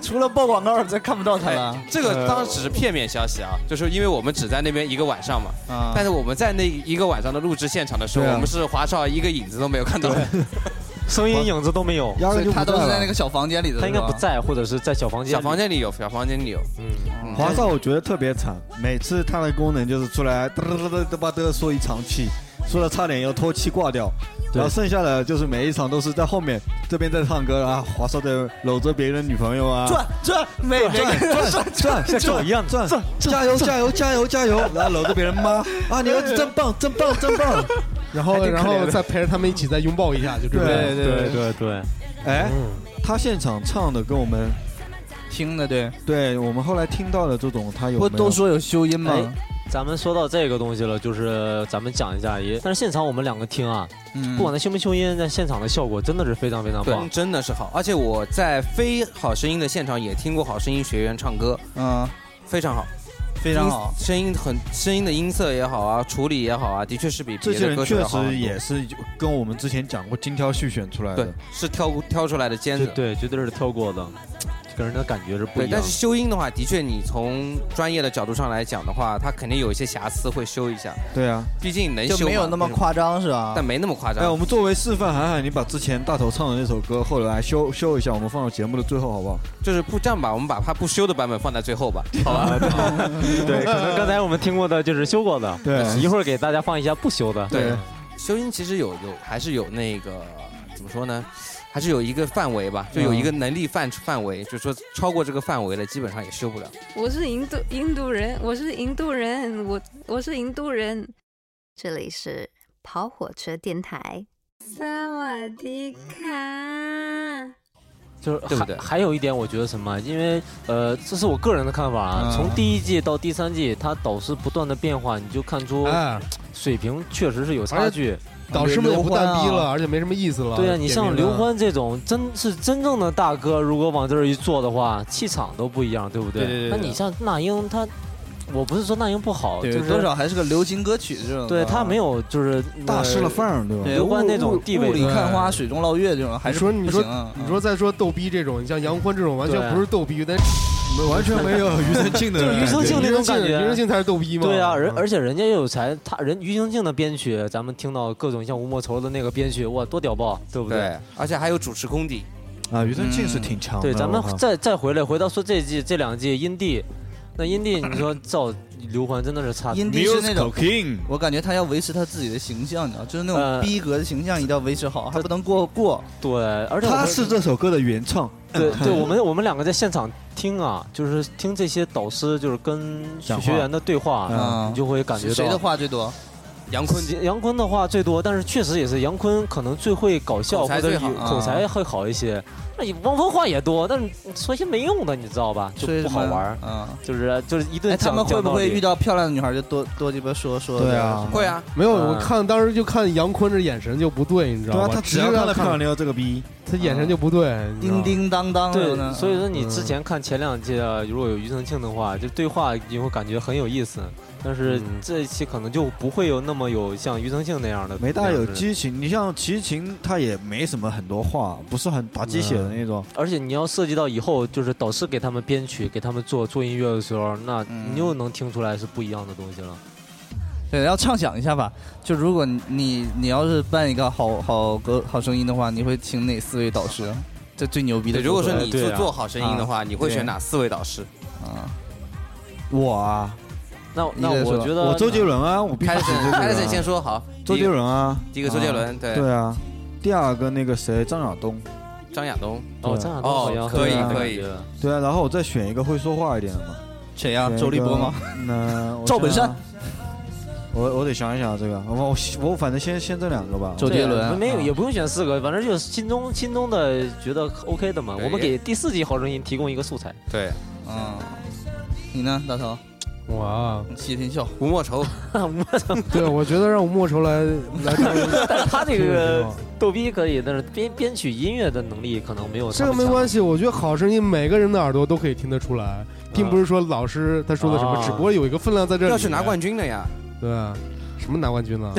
S8: 除了报广告，再看不到他了。
S9: 这个当然只是片面消息啊，就是因为我们只在那边一个晚上嘛，
S8: 啊
S9: 但是我们在那一个晚上的录制现场的时候，
S6: 对啊
S9: 我们是华少一个影子都没有看到，
S6: *laughs* 声音影子都没有，
S8: 所以他都是在那个小房间里的，
S6: 他应该不
S8: 是吧。
S6: 在，或者是在小房间。
S9: 小房间里有，小房间里有，嗯
S10: 华少我觉得特别惨，每次他的功能就是出来嘚嘚嘚嘚嘚吧嘚说一场气，说的差点要脱气挂掉，然后剩下的就是每一场都是在后面这边在唱歌啊，华少在搂着别人女朋友啊，
S8: 转转，每每个
S10: 转
S8: 人
S10: 转
S8: 转
S10: 转，像狗一样转，加油加油加油加油，然后搂着别人妈啊，你儿子真棒真棒真棒，
S5: 然后然后哦再陪着他们一起再拥抱一下，就这
S10: 对
S5: 样。
S10: 对对，哎，他现场唱的跟我们
S8: 听的对，
S10: 对我们后来听到的这种他有没有
S8: 有修音
S10: 吗
S9: 哎
S6: 咱们说到这个东西了，就是咱们讲一下也，但是现场我们两个听啊，
S8: 嗯
S6: 不管它修没修音，但现场的效果真的是非常非常
S9: 对
S6: 棒，。
S9: 真的是好。而且我在非好声音的现场也听过好声音学员唱歌，
S8: 嗯，
S9: 非常好，
S8: 非常好
S9: 音声音很声音的音色也好啊，处理也好啊，的确是比
S10: 这
S9: 别
S10: 些
S9: 的
S10: 人
S9: 歌手
S10: 确
S9: 要好很多
S10: 实也是跟我们之前讲过精挑细选出来的
S9: 对，，是挑挑出来的尖子，
S6: 对，绝对是挑过的，给人的感觉是不
S9: 对，
S6: 一样的。
S9: 但是修音的话，的确你从专业的角度上来讲的话，它肯定有一些瑕疵会修一下，
S10: 对啊，
S9: 毕竟能修
S8: 就没有
S9: 嘛
S8: 那么夸张是吧？
S9: 但没那么夸张。
S10: 哎，我们作为示范，涵涵，你把之前大头唱的那首歌后来修修一下，我们放到节目的最后，好不好？
S9: 就是不这样吧，我们把它不修的版本放在最后吧，好吧？
S6: 对，可能刚才我们听过的就是修过的，
S9: 对
S6: 一会儿给大家放一下不修的，
S9: 对，修音其实有有还是有那个怎么说呢？还是有一个范围吧，就有一个能力范范围，就是说超过这个范围的，基本上也修不了。
S11: 我是印度印度人，我是印度人，我我是印度人。这里是跑火车电台。萨瓦迪卡。
S6: 就是还
S9: 对不对
S6: 还有一点，我觉得什么？因为呃，这是我个人的看法啊。
S9: 嗯
S6: 从第一季到第三季，他导师不断的变化，你就看出
S5: 哎
S6: 水平确实是有差
S5: 而且
S6: 距。
S5: 导师们也不
S6: 刘欢
S5: 蛋
S6: 啊
S5: 逼了，而且没什么意思了。
S6: 对啊呀、你像刘
S5: 哦点名了，
S6: 欢这种真是真正的大哥，如果往这儿一坐的话，气场都不一样，对不对？
S8: 对对对
S6: 那
S8: 对
S6: 你像那英，她，我不是说那英不好，
S8: 对
S6: 就是
S8: 多少还是个流行歌曲这种的。
S6: 对她没有就是
S8: 大师了范
S7: 儿，对
S8: 对
S6: 刘欢
S8: 雾
S6: 那种地位，
S8: 雾里看花，水中捞月这种，还
S5: 你
S8: 是
S5: 说
S8: 不
S5: 你说
S8: 行啊
S5: 你说再说逗逼这种，你像杨坤这种完全
S8: 对啊
S5: 不是逗逼，但
S7: 完全没有
S8: 啊 *laughs*
S7: 庾澄庆的
S6: 就是庾澄庆那种感觉，
S5: 庾澄庆才是逗逼嘛。嗯
S6: 对啊，人而且人家又有才，他人庾澄庆的编曲，咱们听到各种像吴莫愁的那个编曲，哇，多屌爆，对不
S9: 对？而且还有主持功底，
S7: 啊，庾澄庆是挺强的。
S6: 对，咱们
S7: 我靠
S6: 再再回来，回到说这季这两季音帝，那音帝
S7: *clears throat*
S6: 你说照刘欢真的是差，
S8: 音帝是那种，我感觉他要维持他自己的形象，你知道，就是那
S6: 呃
S8: 种逼格的形象一定要维持好，还不能过过。
S6: 对，而且我
S7: 他
S6: 们
S7: 是这首歌的原唱，
S6: 对
S7: *laughs*
S6: 对，我们我们两个在现场听啊，就是听这些导师就是跟
S7: 讲话
S6: 学员的对话，
S7: 嗯
S6: 你就会感觉到
S8: 谁的话最多？
S9: 杨
S6: 坤，杨坤的话最多，但是确实也是杨坤可能最会搞笑，
S8: 口才
S6: 或者
S8: 最
S6: 有
S8: 好啊
S6: 口才会好一些。那你汪峰话也多，但是说些没用的，你知道吧？就
S8: 说些
S6: 不好
S8: 什么
S6: 玩儿
S8: 嗯，
S6: 就是就是一顿
S8: 哎，
S6: 讲。
S8: 他们会
S6: 讲道
S8: 不会
S6: 理
S8: 遇到漂亮的女孩就多多鸡巴说说？
S5: 会啊，没有，我
S8: 嗯
S5: 看当时就看杨坤这眼神就不对，你知道吗？
S8: 对啊他只要看到漂亮
S7: 妞这个逼，
S5: 他眼神就不对。你知道
S8: 叮
S5: 吗
S8: 叮当当的
S6: 对，
S8: 呢？
S6: 所以
S7: 嗯
S6: 说你之前看前两季啊，如果有庾澄庆的话，就对话你会感觉很有意思。但是这一期可能就不会有那么有像庾澄庆那样的，
S7: 没大
S6: 那样
S7: 有
S6: 的人
S7: 激情。你像齐秦，他也没什么很多话，不是很打鸡血
S6: 嗯
S7: 的那种。
S6: 而且你要涉及到以后，就是导师给他们编曲、给他们做做音乐的时候，那
S7: 嗯
S6: 你又能听出来是不一样的东西了。
S8: 对，然后畅想一下吧，就如果你你要是办一个好好歌好声音的话，你会请哪四位导师？啊这最牛逼的
S9: 对，
S8: 组合。
S9: 如果说你做
S8: 啊
S9: 做好声音的话，你会选哪？
S8: *laughs*
S9: 四位导师？
S8: 啊，
S7: 我啊，
S6: 那
S9: 那一个我说觉得
S7: 我周杰伦啊，我必须
S9: 开
S7: 选
S9: 始
S7: 周杰伦啊。
S9: 开始先说好
S7: 周杰伦啊，
S9: 第一个周杰伦对
S7: 对啊，第二个那个谁，张亚东。
S9: 张亚东。
S7: 对
S9: 哦，可以可以。
S7: 对啊，然后我再选一个会说话一点的嘛。
S8: 谁
S9: 呀啊周立波吗？
S7: 那我
S8: 赵本
S7: 想
S8: 山
S7: 我我得想一想这个，我我我反正先先这两个吧。
S6: 对没有，也不用选四个，反正就是心中心中的觉得 OK 的嘛。
S7: 对
S6: 我们给第四季《好声音》提供一个素材。
S9: 对，
S8: 嗯，你呢，大头？
S5: 我啊，
S8: 谢天笑，
S9: 吴莫愁，
S6: 吴莫愁，
S5: 对，我觉得让吴莫愁来来当，
S6: 但是他这
S5: 挺有
S6: 个
S5: 希望
S6: 逗逼可以，但是编编曲音乐的能力可能没有
S5: 这
S6: 他
S5: 个
S6: 们强。
S5: 没关系，我觉得好声音每个人的耳朵都可以听得出来，并不是说老师他说的什么，
S6: 啊
S5: 只不过有一个分量在这里。
S9: 要是拿冠，军的呀，
S5: 对啊，什么拿冠军了？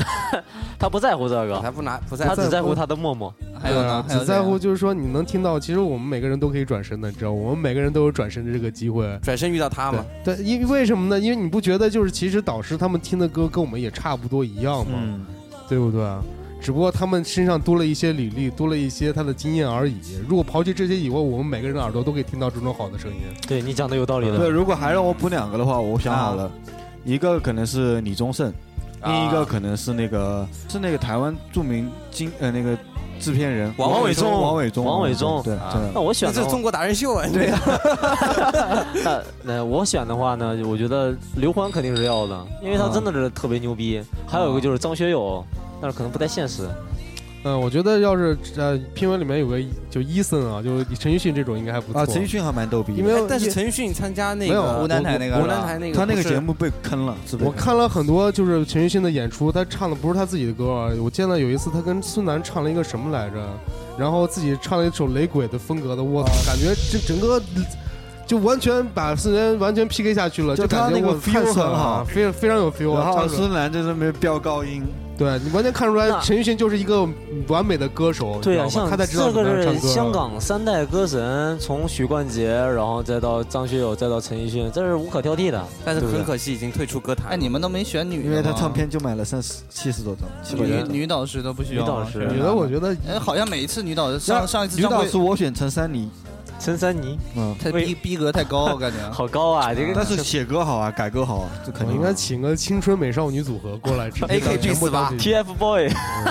S6: 他不在乎这个，
S9: 他不拿不
S5: 在乎
S6: 他只在乎他的默默。
S5: 对啊只在乎就是说你能听到，其实我们每个人都可以转身的，你知道，我们每个人都有转身的这个机会。
S9: 转身遇到他嘛。
S5: 对，因为为什么呢？因为你不觉得就是其实导师他们听的歌跟我们也差不多一样吗？
S7: 嗯
S5: 对不对？啊只不过他们身上多了一些履历，多了一些他的经验而已。如果刨去这些以外，我们每个人的耳朵都可以听到这种好的声音。
S6: 对你讲的有道理的。
S7: 对，如果还让我补两个的话，我想好了，一个可能是李宗盛，另一个可能是那个是那个台湾著名经呃那个制片人
S9: 王伟忠
S7: 王伟忠，
S6: 王伟忠
S7: 对，
S6: 啊
S7: 真的
S6: 那我选
S9: 这
S6: 的
S9: 是中国达人秀啊！对呀，
S6: 那那呃我选的话呢，我觉得刘欢肯定是要的，因为他真的是特别牛逼。还有一个就是张学友，但是可能不太现实。
S5: 嗯，我觉得要是呃，片尾里面有个就伊森啊，就陈奕迅这种应该还不错。
S7: 啊，陈奕迅还蛮逗逼的，
S5: 因为
S9: 哎但是陈奕迅参加那
S5: 没
S9: 个
S5: 有
S9: 湖南台那个，
S7: 他那个
S9: 不是
S7: 节目被坑了，是不是？
S5: 我看了很多就是陈奕迅的演出，他唱的不是他自己的歌啊。我见到有一次他跟孙楠唱了一个什么来着，然后自己唱了一首雷鬼的风格的，
S7: 啊
S5: 我感觉这整个就完全把孙楠完全 PK 下去了，
S7: 就他
S5: 感觉
S7: 那个
S5: 我太
S7: feel
S5: 损
S7: 很好
S5: 了非非常有 feel 啊。
S7: 然后
S5: 唱着
S7: 孙楠在这边飙高音，
S5: 对你完全看出来，陈奕迅就是一个完美的歌手，
S6: 对
S5: 呀、
S6: 啊，像
S5: 他才知道
S6: 这
S5: 怎么
S6: 个
S5: 样唱
S6: 是
S5: 歌。啊
S6: 香港三代歌神，从许冠杰，然后再到张学友，再到陈奕迅，这是无可挑剔的。
S9: 但是
S6: 对不对
S9: 很可惜已经退出歌坛。
S8: 哎，你们都没选女的
S7: 因
S8: 吗，
S7: 为他唱片就买了三十七十多张，七百多
S8: 女
S7: 张。
S8: 女导师都不需要
S7: 女导
S8: 吗。
S7: 师
S8: 是吧
S7: 女的我
S5: 觉得
S8: 哎，好像每一次女导师
S7: 那
S8: 上上一次
S7: 女
S8: 张
S7: 导
S8: 惠
S7: 师我选陈珊妮，
S6: 陈珊妮，
S7: 嗯，
S8: 她逼逼格太高，
S7: *laughs*
S8: 我感觉
S6: 好高啊！这个
S7: 但是写歌好啊，改歌好啊，这肯
S5: 我
S7: 定
S5: 哎应该请个青春美少女组合过来，直
S6: 哎
S5: 接当全部当这
S6: boy。
S7: 嗯 *laughs*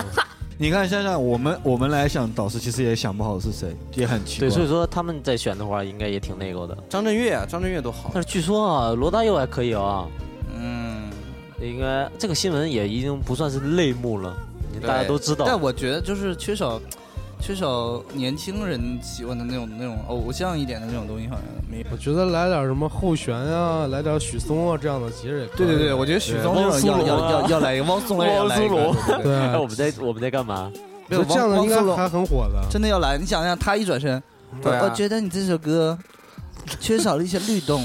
S7: 你看，想想我们我们来想导师，其实也想不好是谁，也很奇怪。
S6: 对，所以说他们在选的话，应该也挺那个的。
S9: 张震岳啊，张震岳多好。
S6: 但是据说啊，罗大佑还可以啊。
S8: 嗯，
S6: 应该这个新闻也已经不算是内幕了，大家都知道。
S8: 但我觉得就是缺少，缺少年轻人喜欢的那种那种偶像一点的那种东西，好像没有。
S5: 我觉得来点什么后旋啊，来点许嵩啊这样的，其实也可以
S8: 对对对我觉得许嵩这种要要要要来一个汪苏泷也要来一个汪苏泷
S5: 对，
S6: 哎，我们在我们在干嘛？
S8: 没
S6: *laughs*
S8: 有这样的应该还
S5: 很火的
S8: 真的要来，你想想，他一转身，
S6: 对啊
S8: 我觉得你这首歌缺少了一些律动，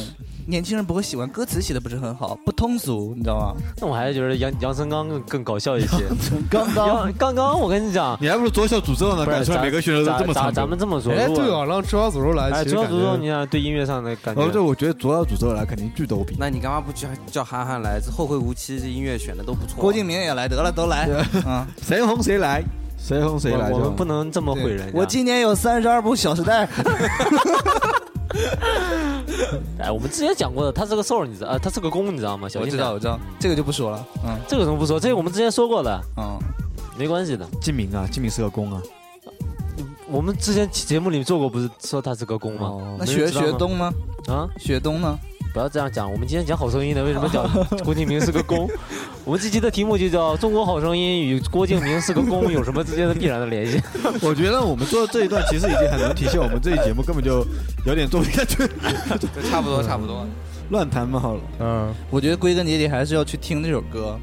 S8: 年轻人不会喜欢，歌词写的不是很好，不通俗，你知道吗？
S6: 那我还是觉得杨杨森刚更更搞笑一些。
S8: 刚
S6: 刚刚刚，我跟你讲，
S10: 你还不如左小啊诅咒呢，
S6: 不是
S10: 感觉
S6: 咱
S10: 每个学生都这么
S6: 咱
S10: 残酷
S6: 咱咱们这么说，
S10: 哎
S6: 如果
S9: 啊
S10: 对哦
S5: 让中小诅咒来
S6: 哎，
S10: 其实
S6: 中小
S10: 感
S6: 诅咒，
S10: 觉
S6: 你看对音乐上的感觉，
S10: 哦，对，我觉得左小诅咒来肯定巨逗比。
S9: 那你干嘛不叫叫韩寒来？这《后会无期》这音乐选的都不错。啊
S8: 郭敬明也来，得了，都来。
S6: *laughs*
S8: 啊，
S10: 谁红谁来，谁红谁来。
S6: 我
S10: 这
S6: 们
S10: 样
S6: 不能这么毁人家。
S8: 我今年有三十二部《小时代》，
S6: 哎，我们之前讲过的，他是个兽，你知道，呃，他是个公，你知道吗？小
S8: 我
S6: 心
S8: 知
S6: 点
S8: 道，我知道，这个就不说了。嗯，
S6: 这个怎么不说？这个我们之前说过的，
S8: 嗯，
S6: 没关系的。
S10: 金明啊，金明是个公啊。
S6: 我们之前节目里做过，不是说他是个公吗？
S8: 哦那
S6: 没
S8: 学
S6: 人知道
S8: 学东吗？
S6: 啊，
S8: 雪冬呢？
S6: 不要这样讲，我们今天讲好声音的，为什么讲郭敬明是个公？我们这期的题目就叫《中国好声音与郭敬明是个公有什么之间的必然的联系》。
S10: 我觉得我们做这一段其实已经很能体现我们这一节目根本就有点做不下去，
S9: 差不多，差不多。
S10: 乱谈嘛好了。
S5: 嗯，
S8: 我觉得归根结底还是要去听这首歌，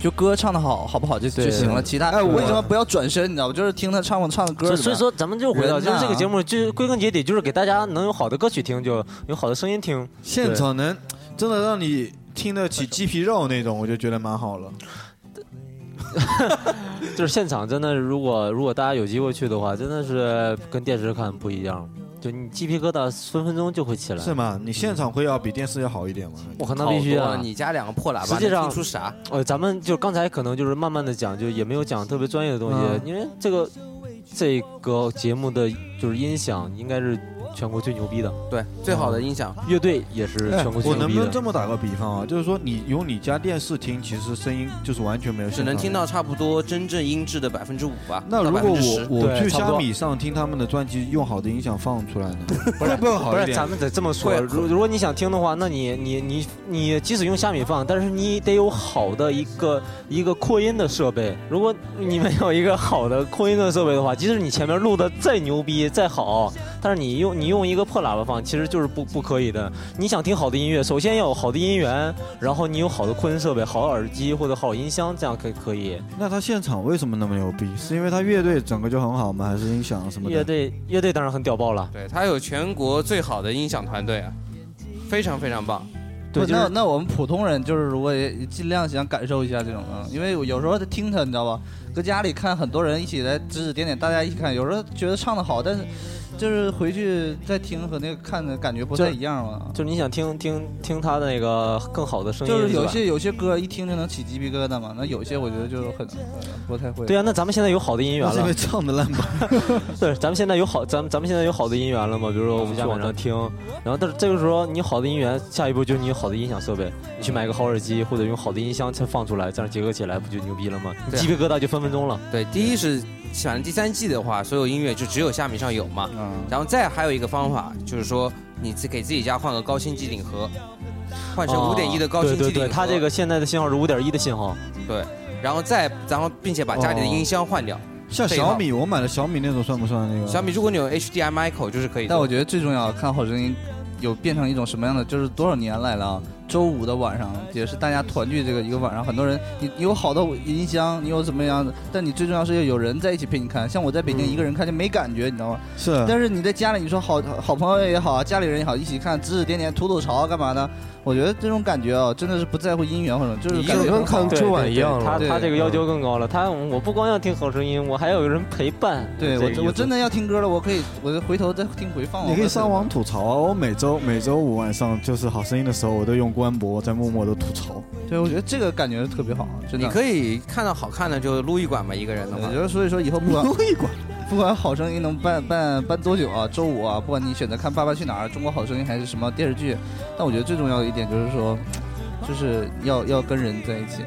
S8: 就歌唱的好好不好就就行了。其他哎，我为什么不要转身？你知道吗？就是听他唱我唱的歌。
S6: 所以所以说，咱们就回到，
S8: 人呐
S6: 就是这个节目，就是归根结底就是给大家能有好的歌曲听，就有好的声音听，
S10: 现场能真的让你听得起鸡皮肉那种，我就觉得蛮好了。
S6: 对就是现场真的，如果如果大家有机会去的话，真的是跟电视看不一样，就你鸡皮疙瘩分分钟就会起来。
S10: 是吗？你现场会要比电视要好一点吗？
S6: 我可能必须啊！
S9: 你家两个破喇叭，
S6: 实际上
S9: 能听出啥？？
S6: 呃，咱们就刚才可能就是慢慢的讲，就也没有讲特别专业的东西，
S9: 嗯
S6: 因为这个这个节目的就是音响应该是全国最牛逼的，
S9: 对，最好的音响。
S6: 乐队也是
S10: 哎
S6: 全国最
S10: 我
S6: 牛
S10: 能
S6: 逼
S10: 不
S6: 的。
S10: 能这么打个比方啊？就是说，你用你家电视听，其实声音就是完全没有，
S9: 只能听。到差不多真正音质的百分之五吧。
S10: 那如
S9: 到
S10: 果
S9: 10%
S10: 我我去虾米上听他们的专辑，用好的音响放出来呢？会不会好
S6: *laughs* 不
S10: 一
S6: 是，
S10: 点？
S6: 咱们得这么说
S10: 会。
S6: 如如果你想听的话，那你你你你即使用虾米放，但是你得有好的一个一个扩音的设备。如果你没有一个好的扩音的设备的话，即使你前面录的再牛逼再好，但是你用你用一个破喇叭放，其实就是不不可以的。你想听好的音乐，首先要有好的音源，然后你有好的扩音设备、好的耳机或者好音箱，这样可以可以。
S10: 那他现场为什么那么牛逼？是因为他乐队整个就很好吗？还是音响
S8: 嗯
S10: 什么的？
S6: 乐队乐队当然很屌爆了，
S9: 对他有全国最好的音响团队啊，非常非常棒。
S8: 不那那我们普通人就是如果也尽量想感受一下这种的，因为我有时候听他，你知道吧，搁家里看很多人一起来指指点点，大家一起看，有时候觉得唱的好，但是就是回去再听和那个看的感觉不太一样嘛。
S6: 就是你想听听听他那个更好的声音，
S8: 就是有
S6: 吧
S8: 些有些歌一听就能起鸡皮疙瘩嘛，那有些我觉得就很不太会。
S6: 对啊，那咱们现在有好的音源了，
S8: 那是因为
S10: 唱的烂吧？
S6: *laughs* 对，咱们现在有好，咱们咱们现在有好的音源了嘛？比如
S9: 嗯
S6: 说我们去网上听，然后但是这个时候你好的音源，下一步就是你有好的音响设备，你去买
S9: 嗯
S6: 个好耳机或者用好的音箱再放出来，这样结合起来不就牛逼了吗？你
S9: 对啊
S6: 鸡皮疙瘩就分分钟了。
S9: 对，第一是反正第三季的话，所有音乐就只有虾米上有嘛。
S6: 嗯
S9: 然后再还有一个方法，就是说你自给自己家换个高清机顶盒，换
S10: 哦
S9: 成五点一的高清机
S6: 啊对
S9: 顶盒。
S6: 对对，它这个现在的信号是五点一的信号。
S9: 对，然后再然后并且把家里的
S10: 哦
S9: 音箱换掉。
S10: 像
S9: 这一套
S10: 小米，我买的小米那种算不算那个？
S9: 嗯小米，如果你有 HDMI 口就是可以的。
S8: 但我觉得最重要，看《好声音》有变成一种什么样的，就是多少年来了啊，周五的晚上也是大家团聚这个一个晚上，很多人你你有好的音箱，你有怎么样的，但你最重要是要有人在一起陪你看。像我在北京一个人看就没感觉，你知道吗？
S10: 嗯是
S8: 但是你在家里，你说好好朋友也好啊，家里人也好，一起看指指点点、吐吐槽啊干嘛的？我觉得这种感觉啊，真的是不在乎音源或者就是感觉很好
S6: 对对对他他这
S9: 嗯
S6: 个要求更高了，他我不光要听好声音，我还要有人陪伴。
S8: 对
S6: 这个意
S8: 我
S6: 思
S8: 我真的要听歌了，我可以我回头再听回放。
S10: 你可以上网吐
S7: 啊
S10: 槽，我每周每周五晚上就是好声音的时候，我都用官博在默默的吐槽。
S8: 对，我觉得这个感觉特别好，啊真的。
S9: 你可以看到好看的就撸一管嘛，一个人的话
S8: 我觉。得，所以说以
S9: *laughs*
S8: 后不管不管好声音能办办办多久啊，周五啊，不管你选择看《爸爸去哪儿》《中国好声音》还是什么电视剧，但我觉得最重要的一点就是说，就是要要跟人在一起。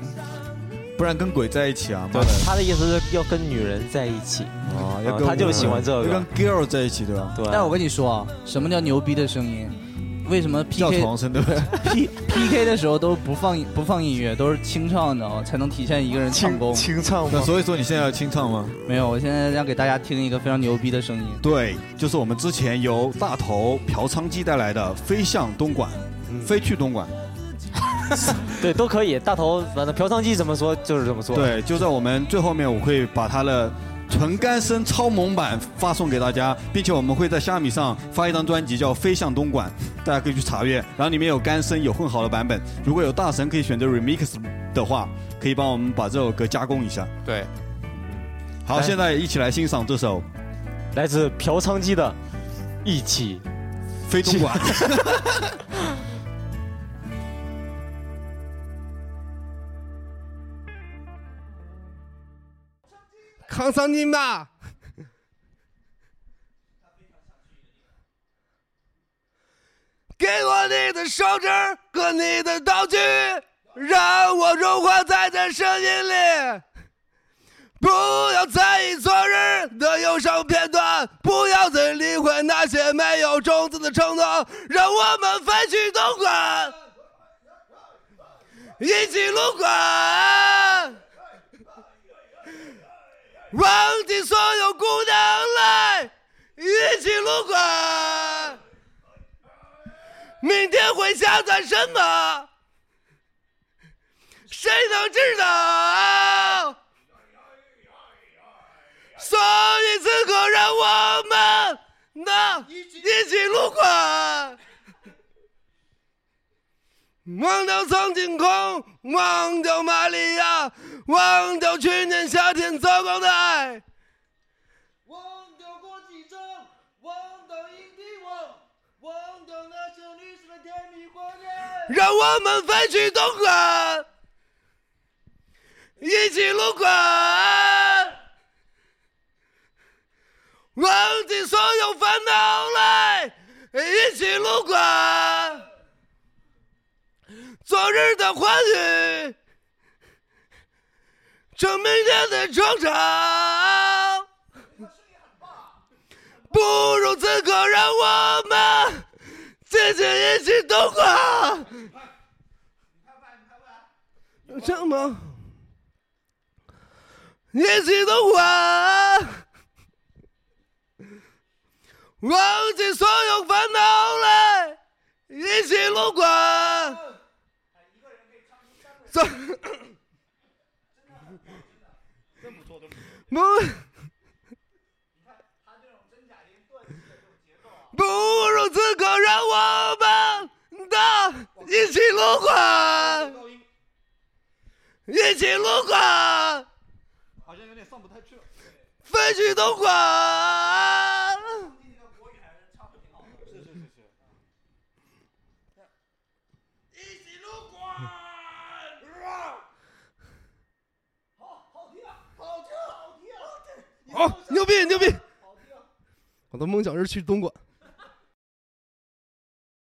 S10: 不然跟鬼在一起啊！妈
S6: 对，他的意思是要跟女人在一起。
S10: 啊
S6: 他就喜欢这
S10: 要
S6: 个
S10: 跟。girl 在一起对吧？
S6: 对
S8: *laughs* 但我跟你说啊，什么叫牛逼的声音？为什么 PK
S10: 叫床声对不对
S8: ？P *laughs* PK 的时候都不放不放音乐，都是清唱的哦，才能体现一个人唱功。清唱
S10: 那所以说你现在要清唱吗？
S9: 嗯
S8: 没有，我现在要给大家听一个非常牛逼的声音。
S10: 对，就是我们之前由大头朴昌基带来的《飞向东莞》，
S9: 嗯
S10: 飞去东莞。
S6: 对，都可以。大头，反正嫖娼妓怎么说就是这么说。
S10: 对，就在我们最后面，我会把它的纯干声超萌版发送给大家，并且我们会在虾米上发一张专辑叫《飞向东莞》，大家可以去查阅。然后里面有干声，有混好的版本。如果有大神可以选择 remix 的话，可以帮我们把这首歌加工一下。
S9: 对，
S10: 好，
S6: 来
S10: 现在一起来欣赏这首
S6: 来自嫖娼妓的《一起
S10: 飞东莞》。
S5: 扛三斤吧。
S3: 给我你的手指和你的道具，让我融化在这声音里。不要在意昨日的忧伤片段，不要再理会那些没有种子的承诺，让我们飞去东莞，一起撸管，忘记所有姑娘来，一起撸管。明天会下载什么？谁能知道？所以此刻让我们那一起撸管，忘掉苍井空，忘掉玛利亚，忘掉去年夏天糟糕的爱。
S1: 忘掉过几周，忘掉一地我，忘掉那些历史的甜蜜画面。
S3: 让我们飞去东莞，一起撸管，忘记所有烦恼来，一起撸管。昨日的欢愉，成明天的惆怅。不如此刻，让我们紧紧一起度过。这么一起度过，忘记所有烦恼来，一起路过。 *coughs* 走，不。不如此刻让我们的一起撸管，一起撸管，
S10: 好像有点上不太去了。
S3: 飞去东莞。好，牛逼，牛逼！
S5: 我的梦想是去东莞。